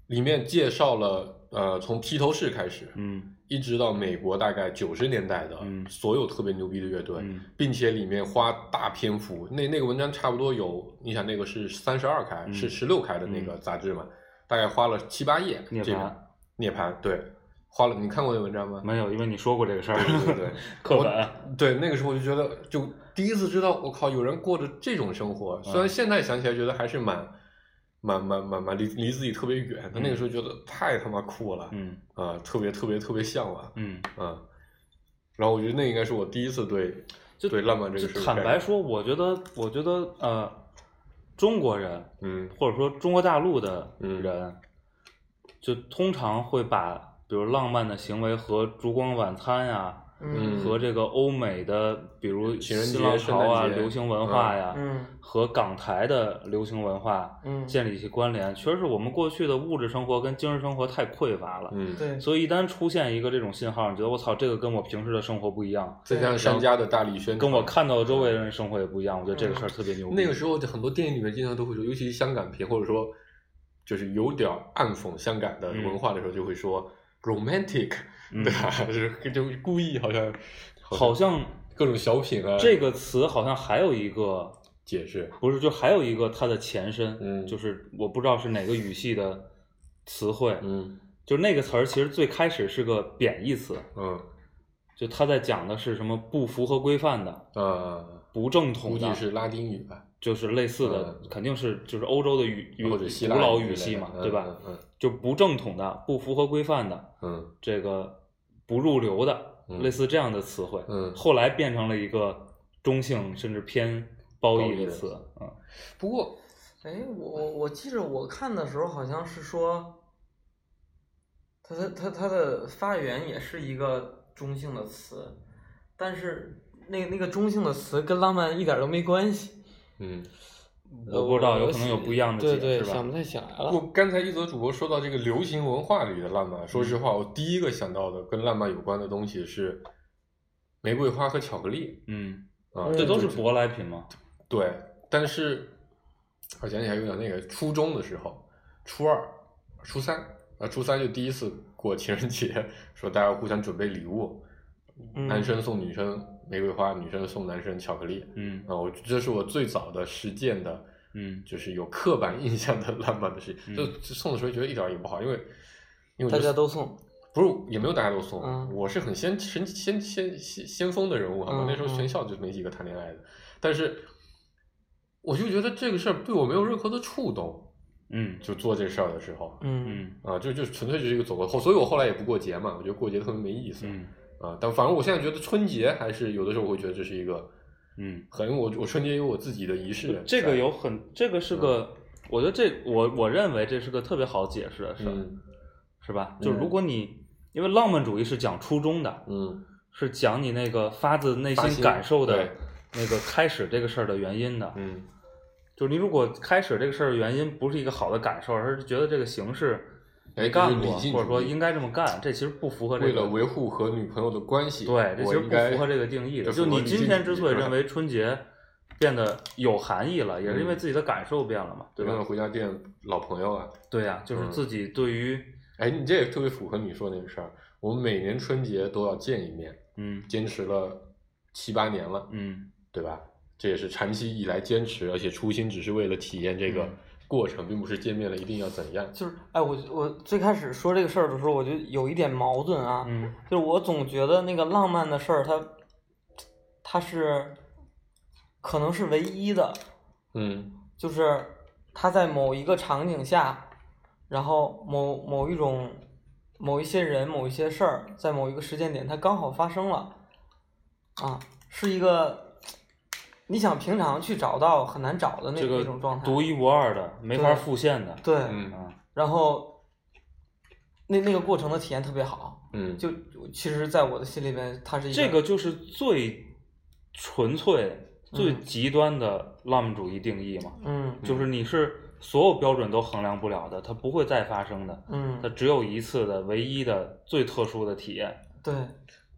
Speaker 4: 里面介绍了呃，从披头士开始，
Speaker 3: 嗯
Speaker 4: 一直到美国大概九十年代的
Speaker 3: 嗯
Speaker 4: 所有特别牛逼的乐队，
Speaker 3: 嗯
Speaker 4: 并且里面花大篇幅，那那个文章差不多有，你想那个是三十二开，
Speaker 3: 嗯
Speaker 4: 是十六开的那个杂志嘛，大概花了七八页。
Speaker 3: 涅槃
Speaker 4: 这个涅槃，对，花了。你看过那文章吗？
Speaker 3: 没有，因为你说过这个事儿，
Speaker 4: 对对
Speaker 3: 课本。
Speaker 4: 对，那个时候我就觉得，就第一次知道，我靠，有人过着这种生活。
Speaker 3: 嗯
Speaker 4: 虽然现在想起来觉得还是蛮、蛮、蛮、蛮、蛮离离自己特别远，但那个时候觉得太他妈酷了，
Speaker 3: 嗯
Speaker 4: 啊、特别特别特别向往，
Speaker 3: 嗯，
Speaker 4: 啊。然后我觉得那应该是我第一次对
Speaker 3: 就
Speaker 4: 对浪漫这
Speaker 3: 就
Speaker 4: 个事儿
Speaker 3: 坦
Speaker 4: 概
Speaker 3: 白
Speaker 4: 念，
Speaker 3: 说，我觉得，我觉得，呃，中国人
Speaker 4: 嗯
Speaker 3: 或者说中国大陆的
Speaker 4: 嗯
Speaker 3: 人，就通常会把比如浪漫的行为和烛光晚餐啊呀、
Speaker 2: 嗯
Speaker 3: 和这个欧美的比如
Speaker 4: 情人节
Speaker 3: 新浪潮啊、
Speaker 4: 圣诞节
Speaker 3: 流行文化呀、
Speaker 2: 嗯
Speaker 3: 和港台的流行文化
Speaker 2: 嗯，
Speaker 3: 建立起关联。确实，是我们过去的物质生活跟精神生活太匮乏了。
Speaker 4: 嗯，
Speaker 2: 对，
Speaker 3: 所以一旦出现一个这种信号，你觉得我操，这个跟我平时的生活不一样，
Speaker 4: 再加上商家的大力宣传，
Speaker 3: 跟我看到的周围人生活也不一样，我觉得这个事儿特别牛逼。
Speaker 4: 那个时候就很多电影里面经常都会说，尤其是香港片，或者说就是有点暗讽香港的文化的时候，就会说 romantic，、
Speaker 3: 嗯
Speaker 4: 对吧？啊 就是就故意好像
Speaker 3: 好像
Speaker 4: 各种小品啊，
Speaker 3: 这个词好像还有一个，
Speaker 4: 解释，
Speaker 3: 不是就还有一个它的前身，
Speaker 4: 嗯
Speaker 3: 就是我不知道是哪个语系的词汇，
Speaker 4: 嗯
Speaker 3: 就那个词儿其实最开始是个贬义词，
Speaker 4: 嗯
Speaker 3: 就它在讲的是什么不符合规范的、
Speaker 4: 呃，
Speaker 3: 不正
Speaker 4: 估
Speaker 3: 统
Speaker 4: 计
Speaker 3: 的，
Speaker 4: 是拉丁语吧，
Speaker 3: 就是类似的，
Speaker 4: 嗯
Speaker 3: 肯定是就是欧洲的语语
Speaker 4: 或者希
Speaker 3: 古
Speaker 4: 腊
Speaker 3: 老
Speaker 4: 之类
Speaker 3: 语
Speaker 4: 的
Speaker 3: 系嘛，
Speaker 4: 嗯
Speaker 3: 对吧？
Speaker 4: 嗯嗯
Speaker 3: 就不正统的、不符合规范的，
Speaker 4: 嗯
Speaker 3: 这个不入流的，
Speaker 4: 嗯
Speaker 3: 类似这样的词汇，
Speaker 4: 嗯
Speaker 3: 后来变成了一个中性甚至偏褒义的词
Speaker 4: 褒义，
Speaker 3: 嗯，
Speaker 4: 不过
Speaker 2: 哎，我我我记着我看的时候好像是说，它它它它的发源也是一个中性的词，但是那那个中性的词跟浪漫一点儿都没关系。
Speaker 4: 嗯，
Speaker 3: 我不知道，有可能有不一样的
Speaker 2: 对
Speaker 3: 解，
Speaker 2: 对，
Speaker 3: 是吧
Speaker 2: 想？不太起来
Speaker 4: 啊不过
Speaker 2: 了。
Speaker 4: 刚才一则主播说到这个流行文化里的浪漫，说实话，我第一个想到的跟浪漫有关的东西是玫瑰花和巧克力
Speaker 3: 嗯，
Speaker 4: 啊，
Speaker 2: 嗯
Speaker 3: 这都是
Speaker 4: 就
Speaker 3: 舶来品嘛。
Speaker 4: 对。但是我想起来有点那个，初中的时候，初二、初三啊，初三就第一次过情人节，说大家互相准备礼物，
Speaker 2: 嗯
Speaker 4: 男生送女生玫瑰花，女生送男生巧克力。
Speaker 3: 嗯
Speaker 4: 啊，我这是我最早的实践的
Speaker 3: 嗯，
Speaker 4: 就是有刻板印象的浪漫的事情。
Speaker 3: 嗯
Speaker 4: 就就送的时候觉得一点儿也不好，因为因为我觉
Speaker 2: 大
Speaker 4: 得
Speaker 2: 家都送，
Speaker 4: 不是也没有大家都送，
Speaker 2: 嗯
Speaker 4: 我是很先先先先先先锋的人物哈，啊我那时候
Speaker 2: 嗯嗯
Speaker 4: 全校就没几个谈恋爱的，但是我就觉得这个事儿对我没有任何的触动，
Speaker 3: 嗯
Speaker 4: 就做这事儿的时候。
Speaker 2: 嗯
Speaker 3: 嗯
Speaker 4: 啊，就就纯粹就是一个走过后，所以我后来也不过节嘛，我觉得过节特别没意思、
Speaker 3: 嗯
Speaker 4: 啊。但反正我现在觉得春节还是有的时候我会觉得这是一个
Speaker 3: 嗯，
Speaker 4: 很我我春节有我自己的仪式在，嗯
Speaker 3: 这个有很，这个是个，我觉得这我我认为这是个特别好解释的事儿，
Speaker 4: 嗯
Speaker 3: 是吧？就
Speaker 4: 嗯
Speaker 3: 如果你因为浪漫主义是讲初衷的，
Speaker 4: 嗯
Speaker 3: 是讲你那个发自内
Speaker 4: 发
Speaker 3: 心
Speaker 4: 心
Speaker 3: 感受的
Speaker 4: 对
Speaker 3: 那个开始这个事儿的原因的。
Speaker 4: 嗯
Speaker 3: 就是你如果开始这个事儿的原因不是一个好的感受，而是觉得这个形式
Speaker 4: 哎
Speaker 3: 没干
Speaker 4: 就是
Speaker 3: 过，
Speaker 4: 理性
Speaker 3: 或者说
Speaker 4: 主义
Speaker 3: 应该这么干，这其实不符合这
Speaker 4: 为
Speaker 3: 个
Speaker 4: 了维护和女朋友的关系，
Speaker 3: 对，这其
Speaker 4: 我
Speaker 3: 实
Speaker 4: 应
Speaker 3: 不
Speaker 4: 该
Speaker 3: 符合这个定义的。
Speaker 4: 这
Speaker 3: 就
Speaker 4: 符合
Speaker 3: 你
Speaker 4: 理
Speaker 3: 今
Speaker 4: 性
Speaker 3: 天
Speaker 4: 主
Speaker 3: 之
Speaker 4: 义
Speaker 3: 所以
Speaker 4: 是吧
Speaker 3: 认为春节变得有含义了，也是因为
Speaker 4: 嗯
Speaker 3: 自己的感受变了嘛，对
Speaker 4: 对方的
Speaker 3: 吧？
Speaker 4: 回家店老朋友啊，
Speaker 3: 对呀、就是
Speaker 4: 嗯
Speaker 3: 自己对于
Speaker 4: 哎，你这也特别符合你说那个事儿。我们每年春节都要见一面，
Speaker 3: 嗯
Speaker 4: 坚持了七八年了，
Speaker 3: 嗯
Speaker 4: 对吧？这也是长期以来坚持，而且初心只是为了体验这个
Speaker 3: 嗯
Speaker 4: 过程，并不是见面了一定要怎样。
Speaker 2: 就是哎，我我最开始说这个事儿的时候，我就有一点矛盾啊，
Speaker 3: 嗯
Speaker 2: 就是我总觉得那个浪漫的事儿，它它是可能是唯一的，
Speaker 4: 嗯
Speaker 2: 就是它在某一个场景下，然后某某一种某一些人某一些事儿，在某一个时间点，它刚好发生了，啊，是一个你想平常去找到很难找的那、
Speaker 3: 这
Speaker 2: 那
Speaker 3: 个
Speaker 2: 种状态，
Speaker 3: 独一无二的，没法
Speaker 2: 对
Speaker 3: 复现的。
Speaker 2: 对，
Speaker 4: 嗯
Speaker 3: 啊，
Speaker 2: 然后那那个过程的体验特别好，
Speaker 4: 嗯，
Speaker 2: 就其实，在我的心里面，它是一
Speaker 3: 这个就是最纯粹、最
Speaker 2: 嗯
Speaker 3: 极端的浪漫主义定义嘛，
Speaker 2: 嗯
Speaker 3: 就是你是所有标准都衡量不了的，它不会再发生的，它
Speaker 2: 嗯，
Speaker 3: 只有一次的、唯一的、最特殊的体验。
Speaker 2: 对，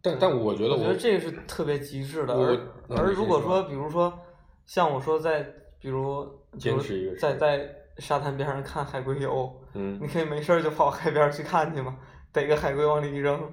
Speaker 4: 但但我觉得
Speaker 2: 我
Speaker 4: 我
Speaker 2: 觉得这个是特别极致的。
Speaker 4: 我
Speaker 2: 而
Speaker 4: 嗯
Speaker 2: 而
Speaker 4: 你
Speaker 2: 如
Speaker 4: 先
Speaker 2: 果
Speaker 4: 说
Speaker 2: 说，比如说像我说在，比如比
Speaker 4: 坚
Speaker 2: 如
Speaker 4: 持一个事
Speaker 2: 在
Speaker 4: 儿
Speaker 2: 在沙滩边上看海龟游，
Speaker 4: 嗯
Speaker 2: 你可以没事儿就跑海边儿去看去嘛，逮个海龟往里一扔，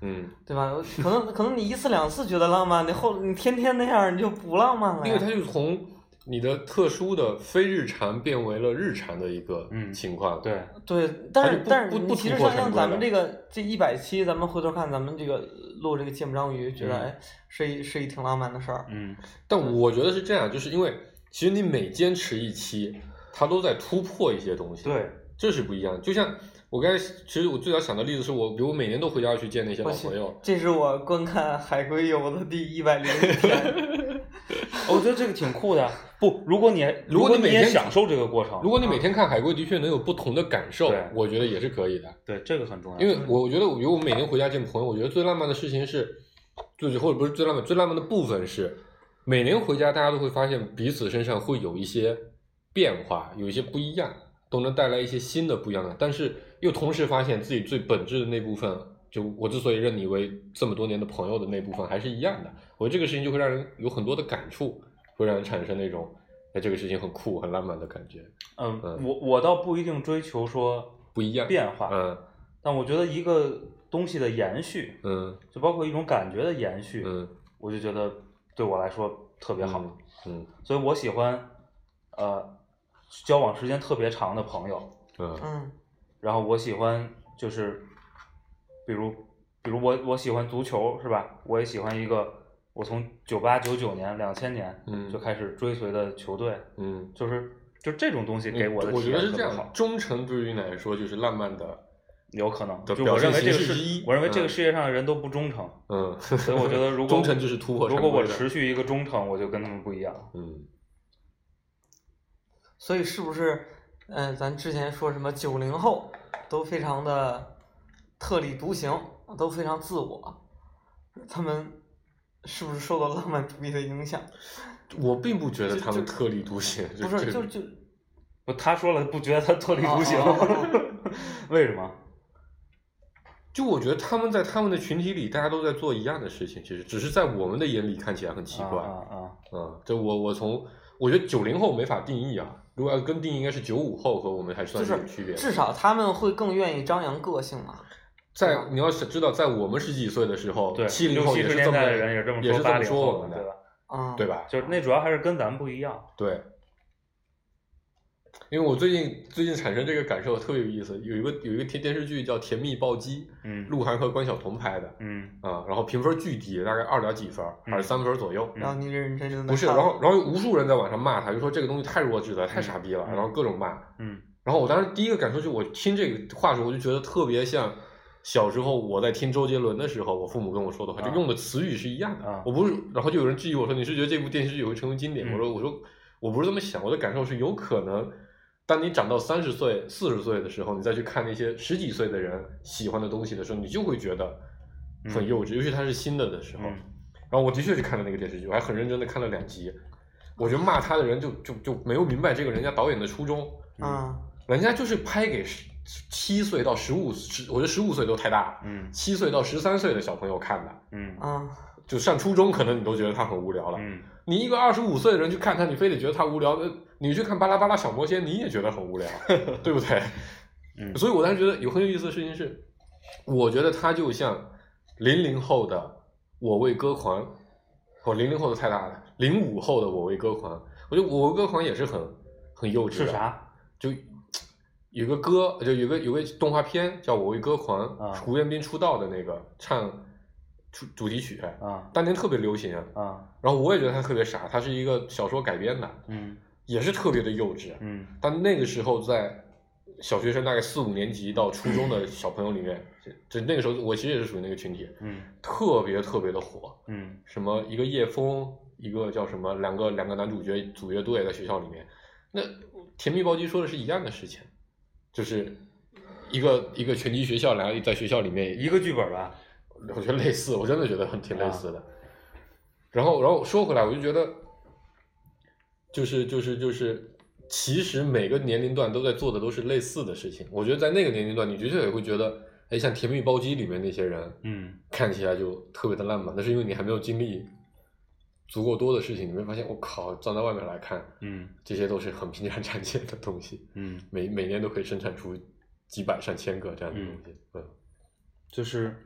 Speaker 4: 嗯，
Speaker 2: 对吧？可能可能你一次两次觉得浪漫，你后你天天那样儿你就不浪漫了
Speaker 4: 因为它
Speaker 2: 呀。
Speaker 4: 就从你的特殊的非日常变为了日常的一个
Speaker 3: 嗯
Speaker 4: 情况。
Speaker 3: 对，
Speaker 2: 对，但
Speaker 4: 它
Speaker 2: 是
Speaker 4: 就不
Speaker 2: 但是
Speaker 4: 不
Speaker 2: 你
Speaker 4: 不
Speaker 2: 其
Speaker 4: 突
Speaker 2: 实
Speaker 4: 破
Speaker 2: 像
Speaker 4: 常
Speaker 2: 像
Speaker 4: 规
Speaker 2: 咱们
Speaker 4: 了
Speaker 2: 这个这一百期，咱们回头看咱们这个录这个芥末章鱼，觉得
Speaker 3: 嗯
Speaker 2: 哎是一是一挺浪漫的事儿。
Speaker 3: 嗯
Speaker 4: 但我觉得是这样，就是因为其实你每坚持一期，它都在突破一些东西。，
Speaker 3: 对，
Speaker 4: 这是不一样的。就像我刚才，其实我最早想的例子是我，比如我每年都回家去见那些
Speaker 2: 我
Speaker 4: 老
Speaker 2: 去
Speaker 4: 朋友，
Speaker 2: 这是我观看海龟游的第一百零一天。
Speaker 3: 我觉得这个挺酷的。啊不，如果你
Speaker 4: 如果
Speaker 3: 果
Speaker 4: 你每
Speaker 3: 也
Speaker 4: 天
Speaker 3: 享受这个过
Speaker 2: 啊
Speaker 3: 程，
Speaker 4: 如果你每天看海龟，的确能有不同的感受
Speaker 3: 对，
Speaker 4: 我觉得也是可以的。
Speaker 3: 对这个很重要，
Speaker 4: 因为我觉得，我比如我每年回家见朋友，我觉得最浪漫的事情是，就是或者不是最浪漫，最浪漫的部分是，每年回家大家都会发现彼此身上会有一些变化，有一些不一样，都能带来一些新的不一样的，但是又同时发现自己最本质的那部分，就我之所以认你为这么多年的朋友的那部分还是一样的，我觉得这个事情就会让人有很多的感触，会让人产生那种，哎，这个事情很酷很浪漫的感觉，
Speaker 3: 嗯，
Speaker 4: 嗯
Speaker 3: 我我倒不一定追求说
Speaker 4: 不一样，
Speaker 3: 变化，
Speaker 4: 嗯
Speaker 3: 但我觉得一个东西的延续，
Speaker 4: 嗯
Speaker 3: 就包括一种感觉的延续，
Speaker 4: 嗯，
Speaker 3: 我就觉得对我来说特别好，
Speaker 4: 嗯
Speaker 3: 所以我喜欢呃交往时间特别长的朋友，
Speaker 4: 嗯
Speaker 2: 嗯
Speaker 3: 然后我喜欢就是，比如比如我我喜欢足球是吧？我也喜欢一个我从九八九九年两千年
Speaker 4: 嗯
Speaker 3: 就开始追随的球队，
Speaker 4: 嗯。
Speaker 3: 就是就这种东西给我的
Speaker 4: 我
Speaker 3: 体
Speaker 4: 觉
Speaker 3: 验
Speaker 4: 得是
Speaker 3: 特
Speaker 4: 这
Speaker 3: 别
Speaker 4: 样
Speaker 3: 好，，
Speaker 4: 忠诚对于你来说就是浪漫的，
Speaker 3: 有可能
Speaker 4: 的
Speaker 3: 就
Speaker 4: 表
Speaker 3: 我认为
Speaker 4: 现
Speaker 3: 这个
Speaker 4: 形式之
Speaker 3: 世
Speaker 4: 一
Speaker 3: 我认为这个
Speaker 4: 嗯
Speaker 3: 世界上的人都不忠诚，
Speaker 4: 嗯，
Speaker 3: 所以我觉得如果
Speaker 4: 忠诚就是突破
Speaker 3: 如
Speaker 4: 常
Speaker 3: 果我
Speaker 4: 规的
Speaker 3: 持续一个忠诚，我就跟他们不一样。
Speaker 4: 嗯，
Speaker 2: 所以是不是，嗯、咱之前说什么九零后都非常的特立独行，都非常自我，他们是不是受到浪漫主义的影响？
Speaker 4: 我并不觉得
Speaker 2: 就
Speaker 4: 他们
Speaker 2: 就
Speaker 4: 特立独行，
Speaker 2: 不是，就就
Speaker 3: 不，他说了不觉得他特立独行
Speaker 2: 哦哦，
Speaker 3: 为什么？
Speaker 4: 就我觉得他们在他们的群体里，大家都在做一样的事情，其实只是在我们的眼里看起来很奇怪。
Speaker 3: 啊啊啊！
Speaker 4: 嗯，这我我从我觉得九零后没法定义啊，如果要跟定义，应该是九五后和我们还
Speaker 2: 就
Speaker 4: 算是有区别
Speaker 2: 是至
Speaker 4: 的。
Speaker 2: 少他们会更愿意张扬个性嘛。
Speaker 4: 在你要是知道，在我们十几岁的时候，
Speaker 3: 对，
Speaker 4: 七零
Speaker 3: 六
Speaker 4: 后
Speaker 3: 七
Speaker 4: 也
Speaker 3: 十
Speaker 4: 是
Speaker 3: 年
Speaker 4: 这么
Speaker 3: 代的人也是这么
Speaker 4: 也是
Speaker 3: 说，
Speaker 4: 这
Speaker 3: 八
Speaker 4: 么
Speaker 3: 零
Speaker 4: 说
Speaker 3: 后
Speaker 4: 我们
Speaker 3: 对吧
Speaker 4: 的，？
Speaker 2: 啊，
Speaker 4: 对吧？
Speaker 3: 就是那主要还是跟咱们不一样。
Speaker 4: 对，因为我最近最近产生这个感受特别有意思，有一个有一个电电视剧叫《甜蜜暴击》，
Speaker 3: 嗯，
Speaker 4: 鹿晗和关晓彤拍的
Speaker 3: 嗯，
Speaker 4: 啊、然后评分巨低，大概二点几分还是三分左右。
Speaker 3: 嗯
Speaker 2: 然后你认认真真的
Speaker 4: 不是，然后然后有无数人在网上骂他，就说这个东西太弱智了，太傻逼了，
Speaker 3: 嗯
Speaker 4: 然后各种骂。
Speaker 3: 嗯，
Speaker 4: 然后我当时第一个感受就，我听这个话的时候，我就觉得特别像小时候我在听周杰伦的时候，我父母跟我说的
Speaker 3: 啊
Speaker 4: 话，就用的词语是一样的。
Speaker 3: 啊
Speaker 4: 我不是，然后就有人质疑我说，你是觉得这部电视剧会成为经典？
Speaker 3: 嗯
Speaker 4: 我说，我说我不是这么想，我的感受是有可能。当你长到三十岁、四十岁的时候，你再去看那些十几岁的人喜欢的东西的时候，你就会觉得很
Speaker 3: 嗯
Speaker 4: 幼稚，尤其它是新的的时候。
Speaker 3: 嗯
Speaker 4: 然后我的确去看了那个电视剧，我还很认真的看了两集。我觉得骂他的人就就就没有明白这个人家导演的初衷，
Speaker 2: 啊，
Speaker 4: 人家就是拍给十七岁到十五十，我觉得十五岁都太大了，
Speaker 3: 嗯
Speaker 4: 七岁到十三岁的小朋友看的，
Speaker 3: 嗯
Speaker 2: 啊
Speaker 4: 就上初中可能你都觉得他很无聊了。
Speaker 3: 嗯，
Speaker 4: 你一个二十五岁的人去看他，你非得觉得他无聊，呃你去看《巴拉巴拉小魔仙》，你也觉得 很无聊，对不对？
Speaker 3: 嗯
Speaker 4: 所以我当时觉得有很有意思的事情是，我觉得他就像零零后的《我为歌狂》，哦，零零后的太大了，零五后的《我为歌狂》，我觉得《我为歌狂》也是很很幼稚
Speaker 3: 是？
Speaker 4: 的，
Speaker 3: 啥？
Speaker 4: 就有个歌，就有个有个动画片叫《我为歌狂》，
Speaker 3: 啊
Speaker 4: 是胡彦斌出道的那个唱主主题曲，
Speaker 3: 啊
Speaker 4: 当年特别流行。
Speaker 3: 啊
Speaker 4: 然后我也觉得他特别傻，他是一个小说改编的，
Speaker 3: 嗯
Speaker 4: 也是特别的幼稚。
Speaker 3: 嗯
Speaker 4: 但那个时候在小学生大概四五年级到初中的小朋友里面，就那个时候我其实也是属于那个群体，
Speaker 3: 嗯嗯
Speaker 4: 特别特别的火。
Speaker 3: 嗯
Speaker 4: 什么一个叶枫，一个叫什么，两个两个男主角组乐队在学校里面，那《甜蜜暴击》说的是一样的事情，就是一个一个拳击学校，然后在学校里面
Speaker 3: 一个剧本吧。
Speaker 4: 我觉得类似，我真的觉得很挺类似的。然后，然后说回来，我就觉得，就是就是就是，其实每个年龄段都在做的都是类似的事情。我觉得在那个年龄段，你的确也会觉得，哎，像《甜蜜暴击》里面那些人
Speaker 3: 嗯
Speaker 4: 看起来就特别的烂漫，那是因为你还没有经历足够多的事情，你会发现，我、靠，站在外面来看，
Speaker 3: 嗯
Speaker 4: 这些都是很平常常见的东西，
Speaker 3: 嗯。
Speaker 4: 每每年都可以生产出几百上千个这样的东西。嗯
Speaker 3: 就是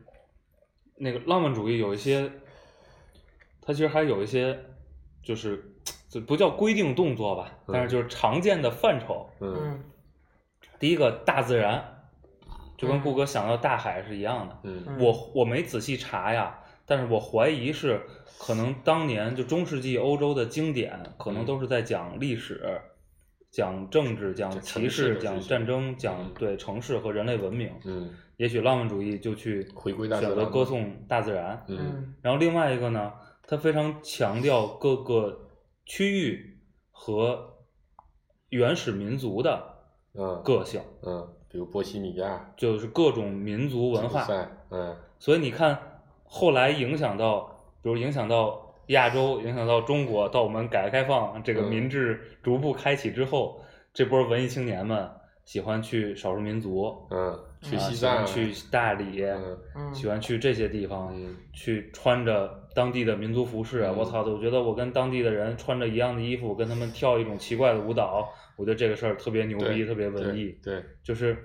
Speaker 3: 那个浪漫主义有一些，它其实还有一些，就是就不叫规定动作吧，
Speaker 4: 嗯
Speaker 3: 但是就是常见的范畴。
Speaker 4: 嗯
Speaker 2: 嗯
Speaker 3: 第一个大自然，就跟
Speaker 2: 嗯
Speaker 3: 顾哥想到大海是一样的。
Speaker 4: 嗯
Speaker 2: 嗯
Speaker 3: 我我没仔细查呀，但是我怀疑是可能当年就中世纪欧洲的经典，可能
Speaker 4: 嗯
Speaker 3: 都是在讲历史、讲政治、讲
Speaker 4: 讲
Speaker 3: 骑
Speaker 4: 城市
Speaker 3: 士、
Speaker 4: 的
Speaker 3: 讲
Speaker 4: 事情
Speaker 3: 战争、讲
Speaker 4: 嗯
Speaker 3: 对城市和人类文明。
Speaker 4: 嗯
Speaker 3: 也许浪漫主义就去
Speaker 4: 回归大自
Speaker 3: 选
Speaker 4: 然
Speaker 3: 择歌颂大自然。
Speaker 4: 嗯。
Speaker 2: 嗯
Speaker 3: 然后另外一个呢，它非常强调各个区域和原始民族的
Speaker 4: 嗯
Speaker 3: 个性，
Speaker 4: 嗯，比如波西米亚
Speaker 3: 就是各种民族文化
Speaker 4: 吉普。赛嗯
Speaker 3: 所以你看，后来影响到，比如影响到亚洲，影响到中国，到我们改革开放这个
Speaker 4: 嗯
Speaker 3: 民治逐步开启之后，这波文艺青年们喜欢去少数民族，
Speaker 4: 嗯，去
Speaker 3: 啊
Speaker 4: 西
Speaker 3: 喜欢
Speaker 4: 藏，
Speaker 3: 去大理，
Speaker 4: 嗯
Speaker 2: 嗯，
Speaker 3: 喜欢去这些地方，
Speaker 4: 嗯
Speaker 3: 去穿着当地的民族服饰。啊
Speaker 4: 嗯
Speaker 3: 我操，我觉得我跟当地的人穿着一样的衣服，跟他们跳一种奇怪的舞蹈，我觉得这个事儿特别牛逼，
Speaker 4: 对
Speaker 3: 特别
Speaker 4: 对
Speaker 3: 文艺。
Speaker 4: 对
Speaker 3: 就是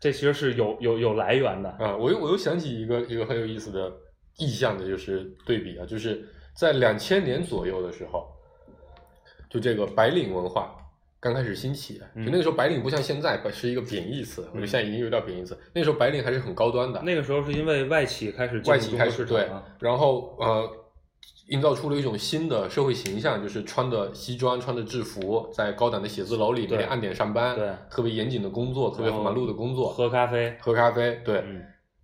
Speaker 3: 这其实是有有有来源的。
Speaker 4: 啊，我又我又想起一个一个很有意思的意象的，就是对比啊，就是在两千年左右的时候，就这个白领文化刚开始兴起，啊
Speaker 3: 嗯
Speaker 4: 就那个时候白领不像现在是一个贬义词，我觉得现在已经有点贬义词，那时候白领还是很高端的，
Speaker 3: 那个时候是因为外企开始进
Speaker 4: 外
Speaker 3: 入
Speaker 4: 企
Speaker 3: 中
Speaker 4: 开
Speaker 3: 国
Speaker 4: 始
Speaker 3: 市场
Speaker 4: 对
Speaker 3: 啊，
Speaker 4: 然后呃，营造出了一种新的社会形象，就是穿着西装、穿着制服，在高档的写字楼里
Speaker 3: 对
Speaker 4: 面按点上班，
Speaker 3: 对
Speaker 4: 特别严谨的工作，特别
Speaker 3: 然后
Speaker 4: 忙碌的工作，
Speaker 3: 喝咖啡，
Speaker 4: 喝咖啡，对。
Speaker 3: 嗯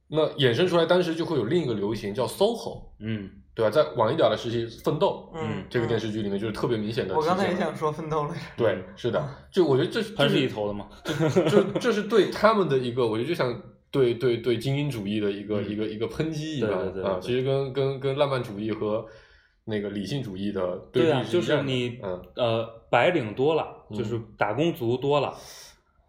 Speaker 4: 那衍生出来，当时就会有另一个流行叫 SOHO，
Speaker 3: 嗯
Speaker 4: 对吧？再晚一点的时期，《奋斗》
Speaker 2: 嗯
Speaker 4: 这个电视剧里面就是特别明显的。
Speaker 2: 我刚才也想，说嗯奋斗来着，
Speaker 4: 对，是的，就我觉得这
Speaker 3: 潘
Speaker 4: 这
Speaker 3: 石
Speaker 4: 是
Speaker 3: 屹投的嘛，
Speaker 4: 这这是对他们的一个，我觉得就像对对对精英主义的一个、
Speaker 3: 嗯
Speaker 4: 一个一个抨击一
Speaker 3: 对
Speaker 4: 样
Speaker 3: 对对
Speaker 4: 啊
Speaker 3: 对，对
Speaker 4: 其实跟跟跟浪漫主义和那个理性主义的
Speaker 3: 对
Speaker 4: 立
Speaker 3: 啊，就
Speaker 4: 一样
Speaker 3: 是
Speaker 4: 的
Speaker 3: 你、
Speaker 4: 嗯
Speaker 3: 呃白领多了，就是打工族多了，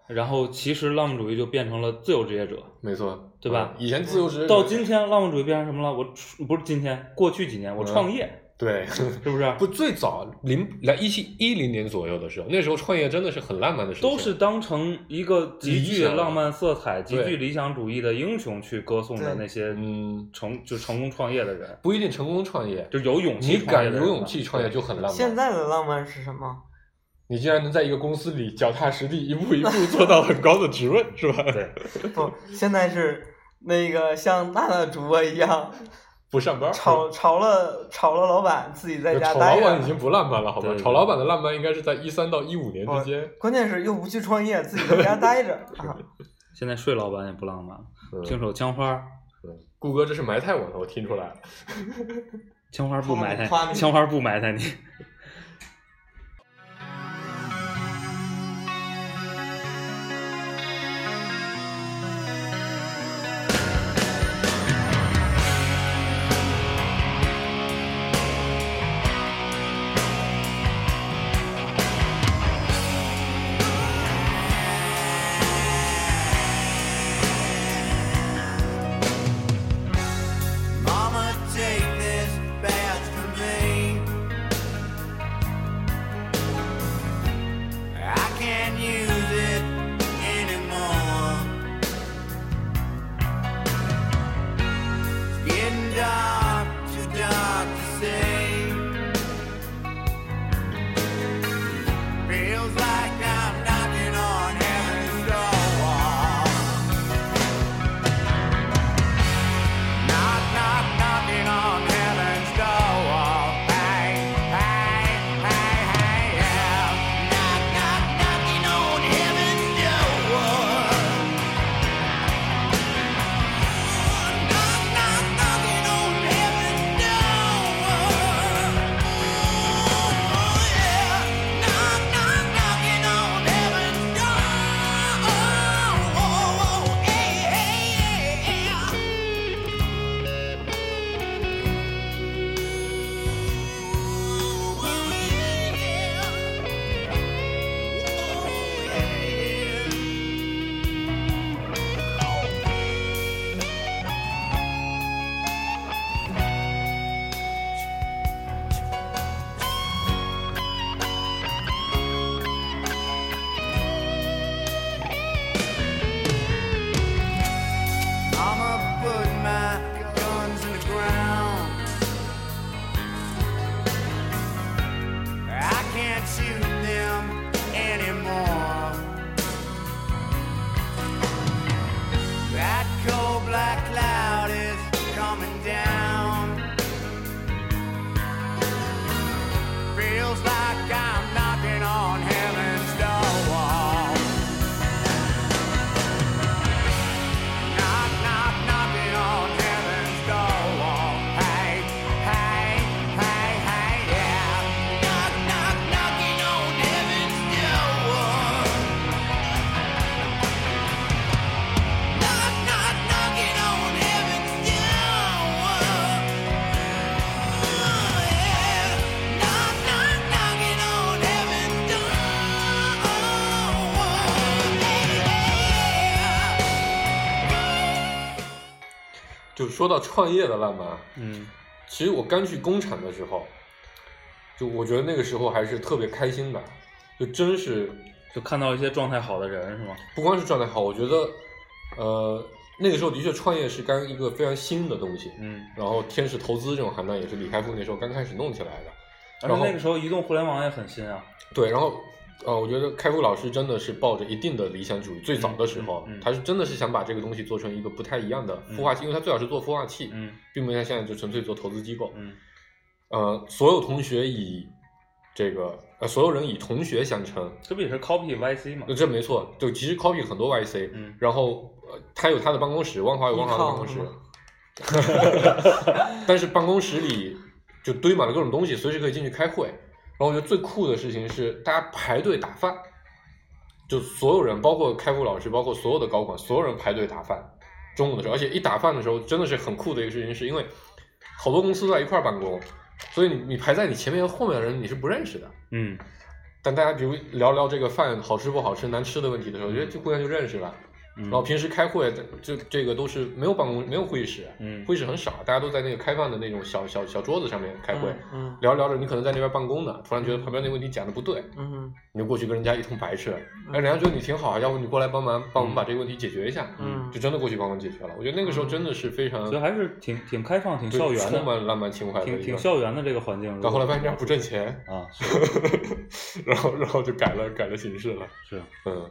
Speaker 3: 然后其实浪漫主义就变成了自由职业者。
Speaker 4: 没错，
Speaker 3: 对吧
Speaker 4: 嗯以前自由职业者
Speaker 3: 到今天，浪漫主义变成什么了？我出不是今天，过去几年我创业，
Speaker 4: 对
Speaker 3: 是不是？
Speaker 4: 嗯不最早零来一七一零年左右的时候，那时候创业真的是很浪漫的事情，
Speaker 3: 都是当成一个极
Speaker 4: 理
Speaker 3: 具
Speaker 4: 想
Speaker 3: 浪漫色彩、极
Speaker 4: 对
Speaker 3: 具理想主义的英雄去歌颂的
Speaker 2: 对
Speaker 3: 那些
Speaker 4: 嗯
Speaker 3: 成就成功创业的人，
Speaker 4: 不一定成功创业，
Speaker 3: 就有勇气
Speaker 4: 你
Speaker 3: 创
Speaker 4: 敢
Speaker 3: 业的人
Speaker 4: 有
Speaker 3: 嘛
Speaker 4: 勇气创业就很浪
Speaker 2: 现
Speaker 4: 漫。
Speaker 2: 在的浪漫是什么？
Speaker 4: 你竟然能在一个公司里脚踏实地，一步一步做到很高的职位，是吧？
Speaker 3: 对，
Speaker 2: 不，现在是那个像娜娜主播一样，
Speaker 4: 不上班，
Speaker 2: 炒炒了炒了老板，自己在家
Speaker 4: 炒
Speaker 2: 待
Speaker 4: 老板已
Speaker 2: 着。
Speaker 4: 经不浪漫了，好吧？
Speaker 3: 对对
Speaker 4: 炒老板的浪漫应该是在一三到一五年之间。
Speaker 2: 关键是又不去创业，自己在家待 着啊！
Speaker 3: 现在睡老板也不浪漫了，听
Speaker 4: 嗯
Speaker 3: 首枪花。
Speaker 4: 嗯顾哥这是埋汰我呢，我听出来了。
Speaker 3: 枪花不埋
Speaker 2: 夸你夸
Speaker 3: 汰，
Speaker 2: 你
Speaker 3: 枪花不埋汰你。
Speaker 6: Mama, take this badge from me. I can't use it anymore. It's getting dark, too dark to see. Feels like I'm knocking on heaven's door. Knock, knock, knocking on heaven's door. Hey, hey, hey, hey, yeah. Knock, knock, knocking on heaven's door. Knock, knock, knocking on heaven's door. Oh, yeah. Knock, knock, knocking on heaven's door. Oh, oh, hey, hey, yeah. I'ma put my guns in the ground. I can't shoot them anymore. That cold black cloud is coming down. Feels like I'm knocking on heaven's door. Knock, knock, knocking on heaven's door. Hey, hey, hey, hey, yeah. Knock, knock, knocking on heaven's door. Knock, knock, knocking on heaven's door. Yeah. Knock, knock, knocking on heaven's door. Hey, yeah.
Speaker 4: 就说到创业的浪漫，
Speaker 3: 嗯，
Speaker 4: 其实我刚去工厂的时候，就我觉得那个时候还是特别开心的，就真是
Speaker 3: 就看到一些状态好的人是吗？
Speaker 4: 不光是状态好，我觉得，呃，那个时候的确创业是刚一个非常新的东西，
Speaker 3: 嗯，
Speaker 4: 然后天使投资这种行当也是李开复那时候刚开始弄起来的，
Speaker 3: 而且
Speaker 4: 然后
Speaker 3: 那个时候移动互联网也很新啊。
Speaker 4: 对，然后呃，我觉得开复老师真的是抱着一定的理想主义，最早的时候、
Speaker 3: 嗯嗯嗯
Speaker 4: 他是真的是想把这个东西做成一个不太一样的孵化器，因为他最早是做孵化器，
Speaker 3: 嗯
Speaker 4: 并不像现在就纯粹做投资机构，
Speaker 3: 嗯
Speaker 4: 呃，所有同学以这个呃所有人以同学相称，
Speaker 3: 这不也是 copy YC 吗
Speaker 4: 那？这没错，就其实 copy 很多 YC，、
Speaker 3: 嗯
Speaker 4: 然后、呃、他有他的办公室，万华有万华的办公室
Speaker 2: 依靠是，
Speaker 4: 但是办公室里就堆满了各种东西，随时可以进去开会。然后我觉得最酷的事情是大家排队打饭，就所有人，包括开复老师，包括所有的高管，所有人排队打饭。中午的时候，而且一打饭的时候真的是很酷的一个事情，是因为好多公司都在一块儿办公，所以你你排在你前面和后面的人你是不认识的。
Speaker 3: 嗯
Speaker 4: 但大家比如聊聊这个饭好吃不好吃、难吃的问题的时候，我觉得就互相就认识了。
Speaker 3: 嗯
Speaker 4: 然后平时开会，就这个都是没有办公没有会议室，
Speaker 3: 嗯
Speaker 4: 会议室很少，大家都在那个开放的那种小小小桌子上面开会，
Speaker 2: 嗯
Speaker 4: 聊着聊着，你可能在那边办公呢，突然觉得旁边那个问题讲的不对，
Speaker 2: 嗯
Speaker 4: 你就过去跟人家一通白扯，
Speaker 3: 嗯
Speaker 4: 哎，人家觉得你挺好，要不你过来帮忙，帮我们把这个问题解决一下，
Speaker 2: 嗯
Speaker 4: 就真的过去帮忙解决了。我觉得那个时候真的是非常
Speaker 3: 所嗯以还是挺挺开放、挺
Speaker 4: 嗯对
Speaker 3: 校园
Speaker 4: 充
Speaker 3: 的，
Speaker 4: 满浪漫情怀的
Speaker 3: 挺
Speaker 4: 一
Speaker 3: 挺
Speaker 4: 个。
Speaker 3: 校园的这个环境。
Speaker 4: 到后来发现这
Speaker 3: 这
Speaker 4: 样不挣钱，
Speaker 3: 啊，
Speaker 4: 然后然后就改了改了形式了，
Speaker 3: 是
Speaker 4: 嗯。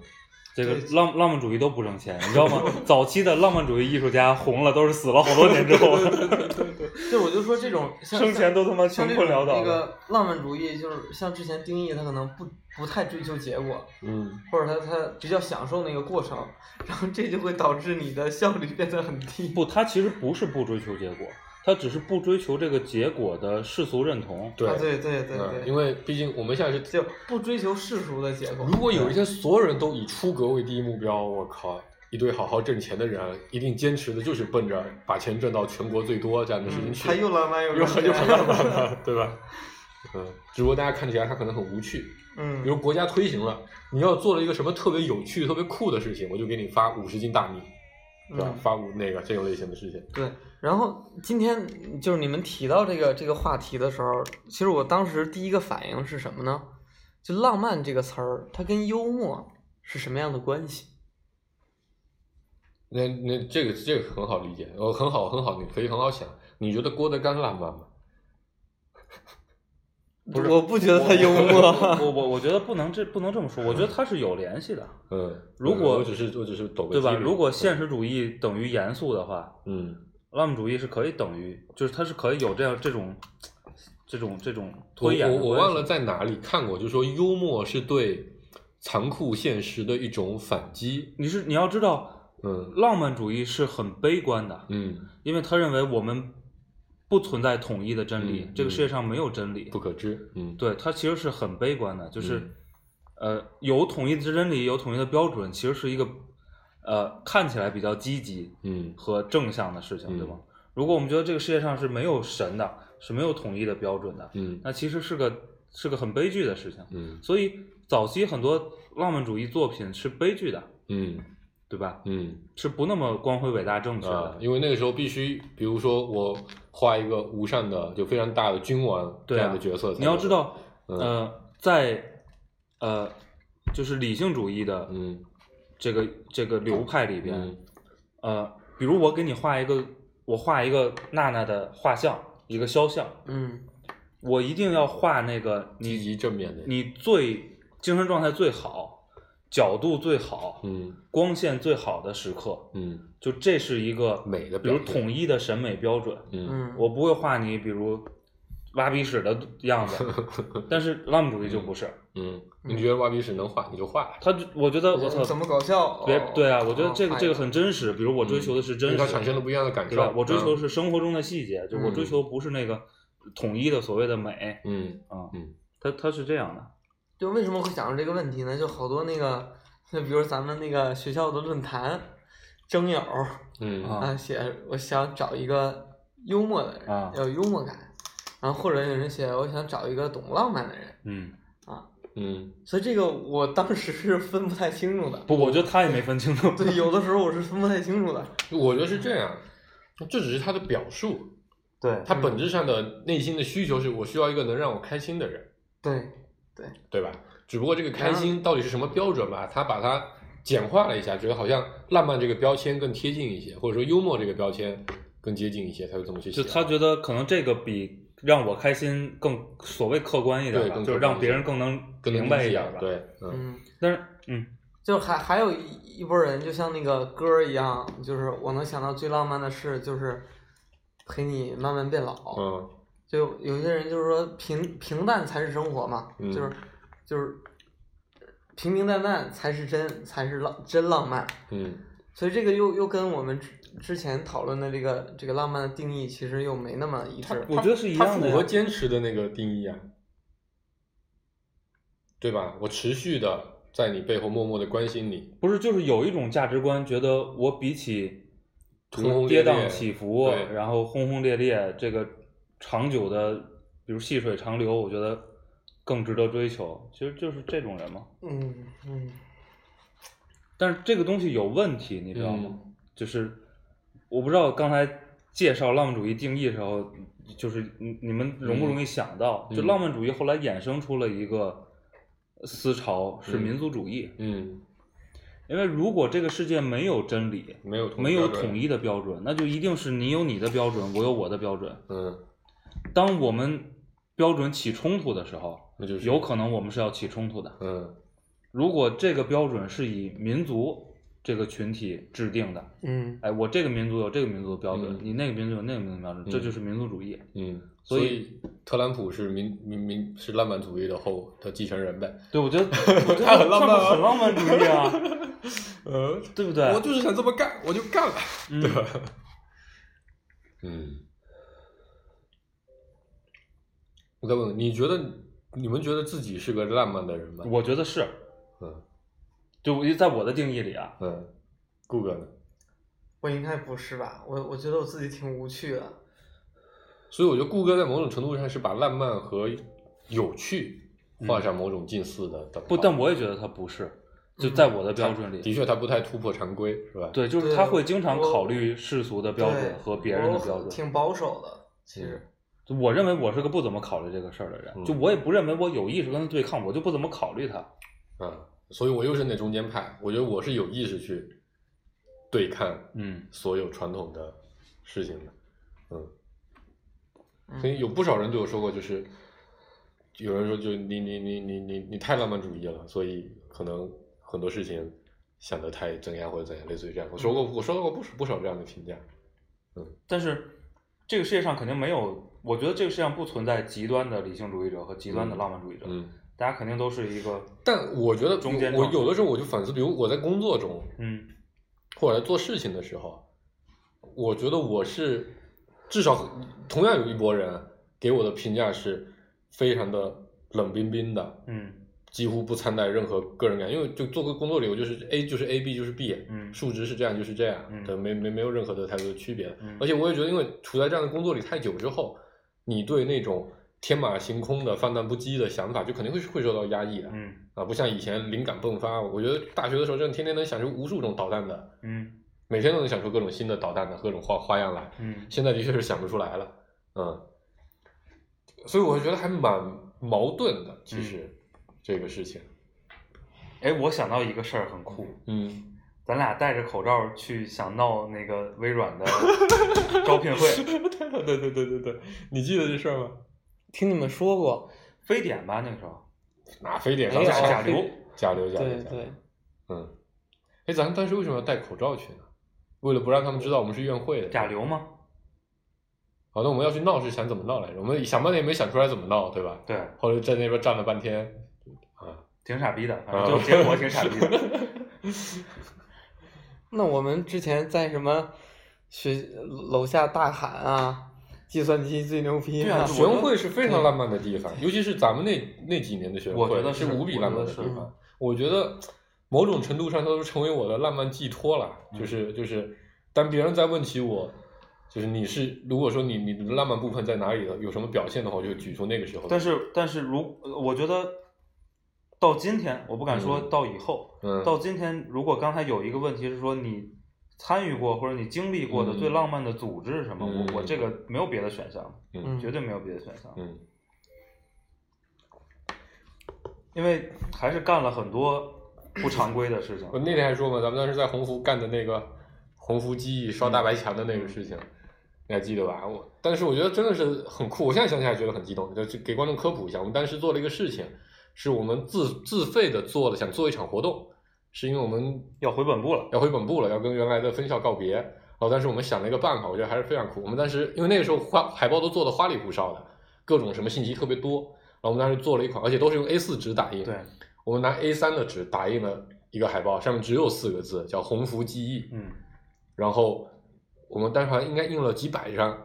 Speaker 3: 这个浪浪漫主义都不挣钱，你知道吗？早期的浪漫主义艺术家红了，都是死了好多年之后，
Speaker 2: 嗯，对，我就说这种像
Speaker 3: 生前都他妈
Speaker 2: 像
Speaker 3: 穷
Speaker 2: 这
Speaker 3: 困
Speaker 2: 种
Speaker 3: 潦倒
Speaker 2: 那
Speaker 3: 的。
Speaker 2: 个浪漫主义，就是像之前丁义，他可能不不太追求结果，
Speaker 4: 嗯，
Speaker 2: 或者他他比较享受那个过程，然后这就会导致你的效率变得很低。
Speaker 3: 不，他其实不是不追求结果，他只是不追求这个结果的世俗认同。
Speaker 4: 对
Speaker 2: 啊，对对对
Speaker 4: 嗯
Speaker 2: 对，
Speaker 4: 因为毕竟我们现在是，
Speaker 2: 就不追求世俗的结果
Speaker 4: 如。果有一天所有人都以出格为第一目标，我靠，一堆好好挣钱的人，一定坚持的就是奔着把钱挣到全国最多这样的事
Speaker 2: 嗯，
Speaker 4: 情去，
Speaker 2: 他又浪漫又
Speaker 4: 又
Speaker 2: 热
Speaker 4: 很
Speaker 2: 情
Speaker 4: 又很浪漫了， 对吧？嗯，只不过大家看起来他可能很无趣。
Speaker 2: 嗯，
Speaker 4: 比如国家推行了，你要做了一个什么特别有趣、特别酷的事情，我就给你发五十斤大米，对吧？
Speaker 2: 嗯
Speaker 4: 发五那个这种类型的事情，
Speaker 2: 对，然后今天就是你们提到这个这个话题的时候，其实我当时第一个反应是什么呢？就“浪漫”这个词儿，它跟幽默是什么样的关系？
Speaker 4: 那那这个这个很好理解，哦，很好很好，你可以很好想。你觉得郭德纲浪漫吗？
Speaker 3: 不是
Speaker 2: 我不觉得他幽默。
Speaker 3: 我我我觉得不能这不能这么说，我觉得他是有联系的，
Speaker 4: 嗯，
Speaker 3: 如果
Speaker 4: 我只是我只是抖个
Speaker 3: 对吧？
Speaker 4: 机灵
Speaker 3: 如果现实主义等于严肃的话，
Speaker 4: 嗯，
Speaker 3: 浪漫主义是可以等于，就是它是可以有这样这种这种这种
Speaker 4: 我
Speaker 3: 推演的
Speaker 4: 我我
Speaker 3: 关
Speaker 4: 忘
Speaker 3: 系
Speaker 4: 了在哪里看过，就说幽默是对残酷现实的一种反击。
Speaker 3: 你是你要知道，
Speaker 4: 嗯
Speaker 3: 浪漫主义是很悲观的，
Speaker 4: 嗯，
Speaker 3: 因为他认为我们不存在统一的真理，
Speaker 4: 嗯
Speaker 3: 这个世界上没有真理。
Speaker 4: 不可知。嗯，
Speaker 3: 对，它其实是很悲观的，就是、
Speaker 4: 嗯
Speaker 3: 呃，有统一的真理，有统一的标准，其实是一个呃看起来比较积极
Speaker 4: 嗯
Speaker 3: 和正向的事情，
Speaker 4: 嗯
Speaker 3: 对吗？如果我们觉得这个世界上是没有神的，是没有统一的标准的，
Speaker 4: 嗯
Speaker 3: 那其实是个是个很悲剧的事情。
Speaker 4: 嗯
Speaker 3: 所以早期很多浪漫主义作品是悲剧的，
Speaker 4: 嗯
Speaker 3: 对吧？
Speaker 4: 嗯
Speaker 3: 是不那么光辉、伟大、正确
Speaker 4: 啊
Speaker 3: 的，。
Speaker 4: 因为那个时候必须，比如说我画一个无上的、就非常大的君王这
Speaker 3: 对啊
Speaker 4: 样的角色才有，
Speaker 3: 你要知道，
Speaker 4: 嗯
Speaker 3: 呃，在呃，就是理性主义的
Speaker 4: 嗯
Speaker 3: 这个、这个流派里边，
Speaker 4: 嗯
Speaker 3: 呃，比如我给你画一个，我画一个娜娜的画像，一个肖像，
Speaker 2: 嗯
Speaker 3: 我一定要画那个
Speaker 4: 积极
Speaker 3: 你
Speaker 4: 正面的，
Speaker 3: 你最精神状态最好、角度最好、
Speaker 4: 嗯
Speaker 3: 光线最好的时刻，
Speaker 4: 嗯
Speaker 3: 就这是一个
Speaker 4: 美的
Speaker 3: 比
Speaker 4: 表
Speaker 3: 如
Speaker 4: 现
Speaker 3: 统一的审美标准，
Speaker 4: 嗯
Speaker 2: 嗯，
Speaker 3: 我不会画你比如挖鼻屎的样 子，但是浪漫主义就不是，
Speaker 4: 嗯，你觉得挖鼻屎能画，你就画。
Speaker 3: 他就我觉得我
Speaker 2: 怎
Speaker 3: 操，
Speaker 2: 么搞笑？
Speaker 3: 别
Speaker 2: 哦
Speaker 3: 对啊，我觉得这个
Speaker 2: 哦
Speaker 3: 这个很真实，比如我追求的是真
Speaker 4: 因为
Speaker 3: 实，
Speaker 4: 嗯它产生了不一样的感
Speaker 3: 对吧
Speaker 4: 受？。
Speaker 3: 我追求的
Speaker 4: 嗯
Speaker 3: 是生活中的细节，就我追求不是那个统一的所谓的美
Speaker 4: 嗯
Speaker 3: 啊
Speaker 4: 嗯，
Speaker 3: 它它是这样的，
Speaker 2: 就为什么会想到这个问题呢？就好多那个，就比如咱们那个学校的论坛，征友
Speaker 4: 嗯
Speaker 3: 啊
Speaker 2: 啊，写我想找一个幽默的人，
Speaker 3: 啊
Speaker 2: 要有幽默感。然后或者有人写我想找一个懂浪漫的人，
Speaker 3: 嗯，
Speaker 4: 嗯
Speaker 2: 所以这个我当时是分不太清楚的。
Speaker 3: 不，我觉得他也没分清
Speaker 4: 嗯
Speaker 3: 楚，
Speaker 2: 对，有的时候我是分不太清 楚的。
Speaker 4: 我觉得是这样，这只是他的表述，
Speaker 3: 对
Speaker 4: 他本质上的内心的需求是我需要一个能让我开心的人，
Speaker 2: 对，
Speaker 4: 对吧？只不过这个开心到底是什么标准吧，他把它简化了一下，觉得好像浪漫这个标签更贴近一些，或者说幽默这个标签更接近一些，他就这么去写
Speaker 3: 就
Speaker 4: 了。
Speaker 3: 他觉得可能这个比让我开心更所谓客观一点
Speaker 4: 对
Speaker 3: 吧，
Speaker 4: 更
Speaker 3: 就是
Speaker 4: 客观
Speaker 3: 让别人更能
Speaker 4: 更
Speaker 3: 明白一点
Speaker 4: 能理
Speaker 3: 吧。
Speaker 4: 解，对，嗯
Speaker 2: 嗯，
Speaker 3: 但是嗯
Speaker 2: 就还还有一一波人，就像那个歌儿一样，就是我能想到最浪漫的事就是陪你慢慢变老。
Speaker 4: 嗯
Speaker 2: 就有些人就是说平平淡才是生活嘛，
Speaker 4: 嗯
Speaker 2: 就是就是平平淡淡才是真，才是浪真浪漫。
Speaker 4: 嗯
Speaker 2: 所以这个又又跟我们之之前讨论的这个这个浪漫的定义其实又没那么一致。
Speaker 3: 我觉得是一
Speaker 4: 它
Speaker 3: 样的
Speaker 4: 符
Speaker 3: 呀
Speaker 4: 合坚持的那个定义啊，对吧？我持续的在你背后默默的关心你，
Speaker 3: 不是，就是有一种价值观，觉得我比起
Speaker 4: 轰轰烈
Speaker 3: 跌
Speaker 4: 烈
Speaker 3: 宕起伏，
Speaker 4: 对
Speaker 3: 然后轰轰烈烈，这个长久的比如细水长流，我觉得更值得追求。其实就是这种人嘛。
Speaker 2: 嗯嗯
Speaker 3: 但是这个东西有问题，你知道吗？
Speaker 4: 嗯
Speaker 3: 就是我不知道刚才介绍浪漫主义定义的时候，就是你你们容不容易想到，
Speaker 4: 嗯
Speaker 3: 就浪漫主义后来衍生出了一个思潮是
Speaker 4: 嗯
Speaker 3: 民族主义，
Speaker 4: 嗯，
Speaker 3: 因为如果这个世界没有真理，
Speaker 4: 没有统
Speaker 3: 没有
Speaker 4: 标准
Speaker 3: 统一的标准，那就一定是你有你的标准，我有我的标准。
Speaker 4: 嗯，
Speaker 3: 当我们标准起冲突的时候，
Speaker 4: 那就是
Speaker 3: 有可能我们是要起冲突的。
Speaker 4: 嗯
Speaker 3: 如果这个标准是以民族这个群体制定的，
Speaker 2: 嗯
Speaker 3: 哎，我这个民族有这个民族的标准，
Speaker 4: 嗯
Speaker 3: 你那个民族有那个民族的标准，这
Speaker 4: 嗯
Speaker 3: 就是民族主义。
Speaker 4: 嗯，
Speaker 3: 所
Speaker 4: 所
Speaker 3: 以
Speaker 4: 以特朗普是民民民是浪漫主义的后的继承人呗，
Speaker 3: 对，我 觉得我觉
Speaker 4: 他
Speaker 3: 得
Speaker 4: 很浪漫
Speaker 3: 特朗
Speaker 4: 啊
Speaker 3: 普很浪漫主义啊，
Speaker 4: 嗯，
Speaker 3: 对不对？
Speaker 4: 我就是想这么干，我就干了，
Speaker 3: 嗯
Speaker 4: 对吧？嗯，我再问问，你觉得你们觉得自己是个浪漫的人吗？
Speaker 3: 我觉得是，
Speaker 4: 嗯
Speaker 3: 就我在我的定义里啊，
Speaker 4: 嗯，顾哥呢？
Speaker 2: 我应该不是吧？我我觉得我自己挺无趣的。
Speaker 4: 所以我觉得顾哥在某种程度上是把浪漫和有趣画上某种近似的等号。
Speaker 3: 不，但我也觉得他不是，就在我的标准里，
Speaker 4: 的确他不太突破常规，是吧？，
Speaker 3: 对，就是
Speaker 2: 对
Speaker 3: 他会经常
Speaker 2: 我
Speaker 3: 考虑世俗的标
Speaker 2: 对
Speaker 3: 准和别人的
Speaker 2: 我
Speaker 3: 标准。
Speaker 2: 挺保守的。其实，
Speaker 3: 就我认为我是个不怎么考虑这个事儿的人，
Speaker 4: 嗯
Speaker 3: 就我也不认为我有意识跟他对抗，我就不怎么考虑他。
Speaker 4: 嗯，所以我又是那中间派，我觉得我是有意识去对抗
Speaker 3: 嗯，
Speaker 4: 所有传统的事情的，嗯。
Speaker 2: 嗯
Speaker 4: 所以有不少人对我说过，就是有人说就你你你你你你太浪漫主义了，所以可能很多事情想得太怎样或者怎样，类似于这样。我说过
Speaker 3: 嗯
Speaker 4: 我收到过不少不少这样的评价，
Speaker 3: 但是这个世界上肯定没有，我觉得这个世界上不存在极端的理性主义者和极端的
Speaker 4: 嗯
Speaker 3: 浪漫主义者，
Speaker 4: 嗯。
Speaker 3: 大家肯定都是一个，
Speaker 4: 但我觉得
Speaker 3: 中间
Speaker 4: 我
Speaker 3: 状态
Speaker 4: 有的时候我就反思，比如我在工作中
Speaker 3: 嗯
Speaker 4: 或者在做事情的时候，我觉得我是至少同样有一波人给我的评价是非常的冷冰冰的，
Speaker 3: 嗯
Speaker 4: 几乎不掺带任何个人感，因为就做个工作里，我就是 A 就是 A，B 就是 B，
Speaker 3: 嗯
Speaker 4: 数值是这样就是这样，
Speaker 3: 嗯
Speaker 4: 对，没没没有任何的太多的区别。
Speaker 3: 嗯
Speaker 4: 而且我也觉得，因为处在这样的工作里太久之后，你对那种天马行空的、放荡不羁的想法，就肯定会会受到压抑的。
Speaker 3: 嗯
Speaker 4: 啊，不像以前灵感迸发。我觉得大学的时候，真的天天能享受无数种导弹的，
Speaker 3: 嗯
Speaker 4: 每天都能想出各种新的导弹的各种花花样来。
Speaker 3: 嗯
Speaker 4: 现在的确是想不出来了，嗯，所以我觉得还蛮矛盾的，其实、这个事情，
Speaker 3: 哎，我想到一个事儿很酷，
Speaker 4: 嗯，
Speaker 3: 咱俩戴着口罩去想闹那个微软的 招聘会，
Speaker 4: 对对对对对，你记得这事儿吗？
Speaker 2: 听你们说过，
Speaker 3: 非典吧那个时候，
Speaker 4: 哪啊非
Speaker 3: 哎
Speaker 4: 典？
Speaker 2: 没有
Speaker 4: 咱俩
Speaker 3: 甲流，
Speaker 4: 甲流，甲流，
Speaker 2: 对
Speaker 4: 甲流
Speaker 2: 对，
Speaker 4: 嗯，哎，咱当时为什么要戴口罩去呢？为了不让他们知道我们是院会的。
Speaker 3: 甲流吗？
Speaker 4: 好，那我们要去闹是想怎么闹来着？我们想半天也没想出来怎么闹，对吧？
Speaker 3: 对，
Speaker 4: 后来在那边站了半天，啊，
Speaker 3: 挺傻逼的，反正
Speaker 4: 啊
Speaker 3: 就结果挺傻逼 的。
Speaker 2: 那我们之前在什么学楼下大喊啊，计算机最牛逼
Speaker 3: 对啊
Speaker 2: 啊，
Speaker 3: 就
Speaker 4: 学生会是非常浪漫的地方，尤其是咱们那那几年的学生
Speaker 3: 嗯
Speaker 4: 会，
Speaker 3: 我觉得
Speaker 4: 是
Speaker 3: 是
Speaker 4: 无比浪漫的
Speaker 3: 我觉
Speaker 4: 地
Speaker 3: 得
Speaker 2: 是
Speaker 4: 方。我觉得某种程度上，它都成为我的浪漫寄托了。
Speaker 3: 嗯
Speaker 4: 就是就是，当别人在问起我，就是你是如果说你你的浪漫部分在哪里了，有什么表现的话，我就举出那个时候。
Speaker 3: 但，是，但是如呃我觉得到今天，我不敢说
Speaker 4: 嗯
Speaker 3: 到以后，
Speaker 4: 嗯，
Speaker 3: 到今天，如果刚才有一个问题是说你参与过或者你经历过的
Speaker 4: 嗯
Speaker 3: 最浪漫的组织是什么，
Speaker 4: 嗯
Speaker 3: 我我这个没有别的选项，
Speaker 2: 嗯，
Speaker 3: 绝对没有别的选项，
Speaker 4: 嗯
Speaker 3: 因为还是干了很多不常规的事情
Speaker 4: 我。那天还说嘛，咱们当时在鸿福干的那个鸿福记忆烧大白墙的那个事情，你还记得吧？我，但是我觉得真的是很酷，我现在想起来觉得很激动。就就给观众科普一下，我们当时做了一个事情，是我们自自费的做了，想做一场活动，是因为我们
Speaker 3: 要回本部了，
Speaker 4: 要回本部了，要跟原来的分校告别。然后，但是我们想了一个办法，我觉得还是非常酷。我们当时因为那个时候花海报都做的花里胡哨的，各种什么信息特别多。然后我们当时做了一款，而且都是用 A4 纸打印。
Speaker 3: 对，
Speaker 4: 我们拿 A 3的纸打印了一个海报，上面只有四个字，叫“鸿福记忆”。
Speaker 3: 嗯，
Speaker 4: 然后我们当时好像应该印了几百张，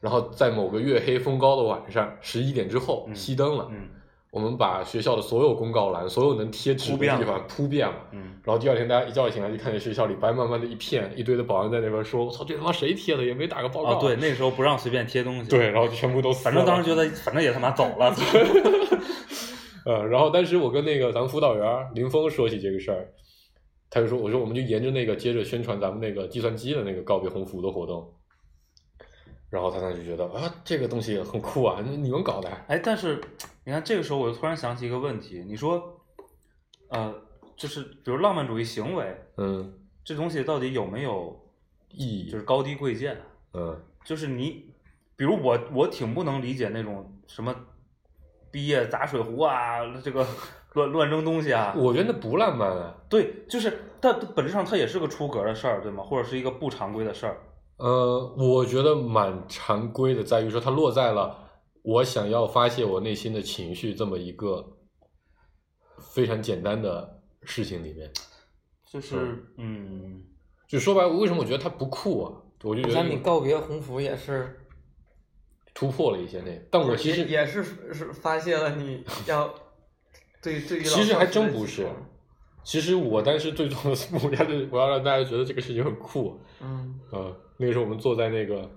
Speaker 4: 然后在某个月黑风高的晚上，十一点之后
Speaker 3: 嗯
Speaker 4: 熄灯了。
Speaker 3: 嗯
Speaker 4: 我们把学校的所有公告栏、所有能贴纸
Speaker 7: 铺
Speaker 4: 的
Speaker 7: 遍
Speaker 4: 地
Speaker 7: 了
Speaker 4: 方铺遍了。
Speaker 3: 嗯，
Speaker 4: 然后第二天大家一觉醒来，就看见学校里白茫茫的一片，一堆的保安在那边说：“我操，这他妈谁贴的？也没打个报告。
Speaker 3: 哦，对，那时候不让随便贴东西。
Speaker 4: 对，，然后全部都死
Speaker 3: 反正
Speaker 4: 了
Speaker 3: 当时觉得，反正也他妈走 了。
Speaker 4: 呃，然后当时我跟那个咱们辅导员儿林峰说起这个事儿，他就说，我说我们就沿着那个接着宣传咱们那个计算机的那个告别鸿福的活动，然后他当时就觉得啊，这个东西很酷啊，你你们搞的，
Speaker 3: 哎，但是你看这个时候，我就突然想起一个问题，你说，呃，就是比如浪漫主义行为
Speaker 4: 嗯，
Speaker 3: 这东西到底有没有
Speaker 4: 意义，
Speaker 3: 就是高低贵贱啊？
Speaker 4: 嗯
Speaker 3: 就是你，比如我，我挺不能理解那种什么毕业砸水壶啊，这个乱乱扔东西啊。
Speaker 4: 我觉得不浪漫啊，
Speaker 3: 对，就是它本质上它也是个出格的事儿，对吗？或者是一个不常规的事儿。
Speaker 4: 呃，我觉得蛮常规的，在于说它落在了我想要发泄我内心的情绪这么一个非常简单的事情里面，
Speaker 3: 就是嗯，
Speaker 4: 就说白了，为什么我觉得它不酷啊？我就觉得
Speaker 2: 像
Speaker 4: 这
Speaker 2: 你
Speaker 4: 个
Speaker 2: 告别鸿福也是，
Speaker 4: 突破了一些那个，但我其实
Speaker 2: 也也是是发泄了你要对对于老
Speaker 4: 其实还
Speaker 2: 教师的
Speaker 4: 真不
Speaker 2: 寄
Speaker 4: 是
Speaker 2: 望。
Speaker 4: 其实我当时最终的目标就是我要让大家觉得这个事情很酷。
Speaker 2: 嗯，
Speaker 4: 嗯，那个时候我们坐在那个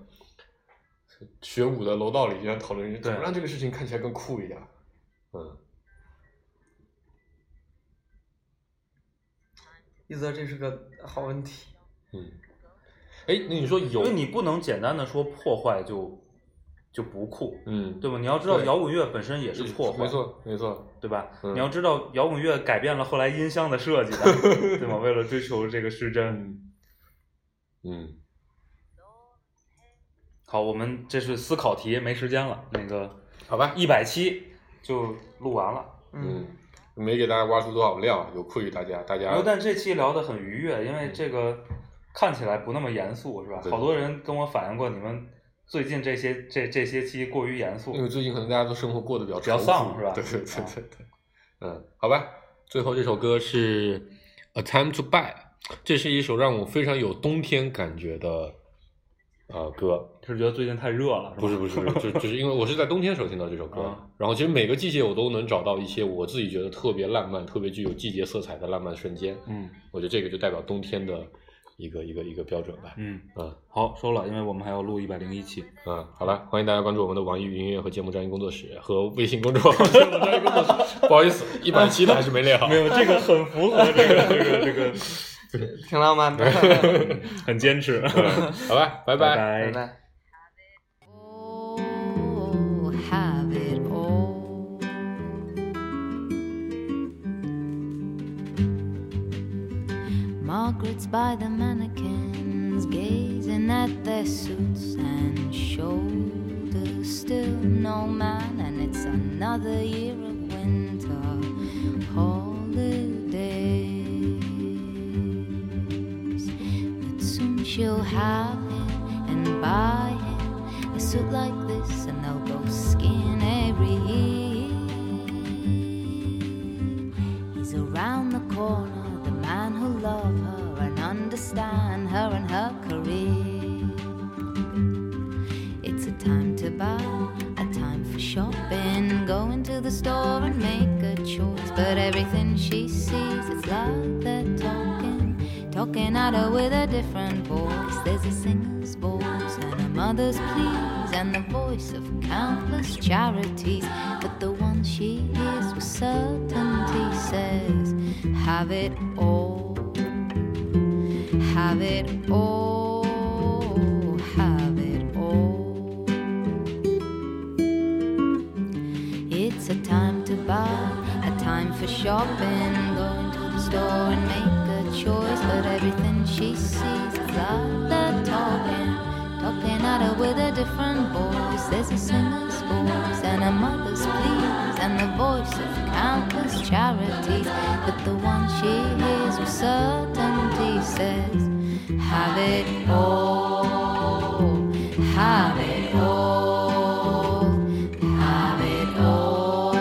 Speaker 4: 学武的楼道里，就在讨论怎么
Speaker 3: 对
Speaker 4: 让这个事情看起来更酷一点。嗯，
Speaker 2: 一泽这是个好问题。
Speaker 4: 嗯，哎，那你说
Speaker 3: 因
Speaker 4: 有
Speaker 3: 为你不能简单的说破坏就就不酷，
Speaker 4: 嗯，
Speaker 3: 对吧？你要知道
Speaker 4: 对
Speaker 3: 摇滚乐本身也是破坏，
Speaker 4: 没，错没错，
Speaker 3: 对吧？
Speaker 4: 嗯
Speaker 3: 你要知道摇滚乐改变了后来音箱的设计 的，对吗？为了追求这个失真。
Speaker 4: 嗯，
Speaker 3: 好，我们这是思考题，没时间了。那个
Speaker 4: 好吧，
Speaker 3: 一百期就录完了，
Speaker 2: 嗯
Speaker 4: 嗯，没给大家挖出多少料，有愧于大家，大
Speaker 3: 然
Speaker 4: 家
Speaker 3: 后哎但这期聊得很愉悦，因为这个看起来不那么严肃，是吧？
Speaker 4: 对
Speaker 3: 好多人跟我反映过，你们最近这些这这些期过于严肃
Speaker 4: 因，为最近可能大家都生活过得比较比
Speaker 3: 较丧是吧
Speaker 4: 对对对
Speaker 3: 啊
Speaker 4: 对对，嗯，好吧。最后这首歌是《A Time to Buy》，这是一首让我非常有冬天感觉的呃歌。
Speaker 3: 是觉得最近太热了，
Speaker 4: 不是不是不是，就就是因为我是在冬天时候听到这首歌，
Speaker 3: 啊
Speaker 4: 然后其实每个季节我都能找到一些我自己觉得特别浪漫、特别具有季节色彩的浪漫瞬间。
Speaker 3: 嗯
Speaker 4: 我觉得这个就代表冬天的一个一个一个标准吧。
Speaker 3: 嗯，
Speaker 4: 嗯
Speaker 3: 好，收了，因为我们还要录一百零一期。
Speaker 4: 嗯，好了，欢迎大家关注我们的网易云音乐和节目专业工作室和微信 公众号节目专业工作室。不好意思，一百期的还是没练好。
Speaker 3: 没有，这个很符合这个这个这个，
Speaker 2: 嗯挺浪漫的。
Speaker 3: 很坚持。
Speaker 4: 好吧，拜拜。
Speaker 2: 拜
Speaker 3: 拜。
Speaker 2: 拜。
Speaker 5: Oh, have it all. Margaret's by the mannequins, gazing at their suits and shoulders. Still no man, and it's another year of winter holidays. But soon she'll have it and buy it. A suit like this, and they'll go skiing every year. He's around the corner, the man who'll love her and understand her and her career. It's a time to buy, a time for shopping. Go into the store and make a choice. But everything she sees, it's like they're talking, talking at her with a different voice. There's a singer's voice and a mother's pleas, and the voice of countless charities. But the one she hears with certainty says, Have it all have it all, have it all. It's a time to buy, a time for shopping. Go into the store and make a choice, but everything she sees is like they're talking, talking at her with a different voice. There's a singer's voice and a mother's pleas, and the voice of countless charities. But the one she hears with certainty says, Have it all, have it all, have it all.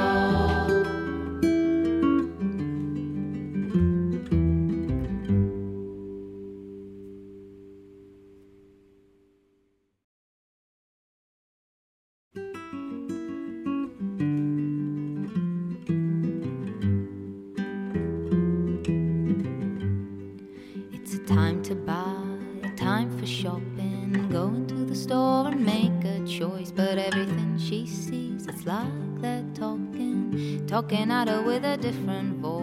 Speaker 7: shopping, going to the store and make a choice. But everything she sees, it's like they're talking, talking at her with a different voice.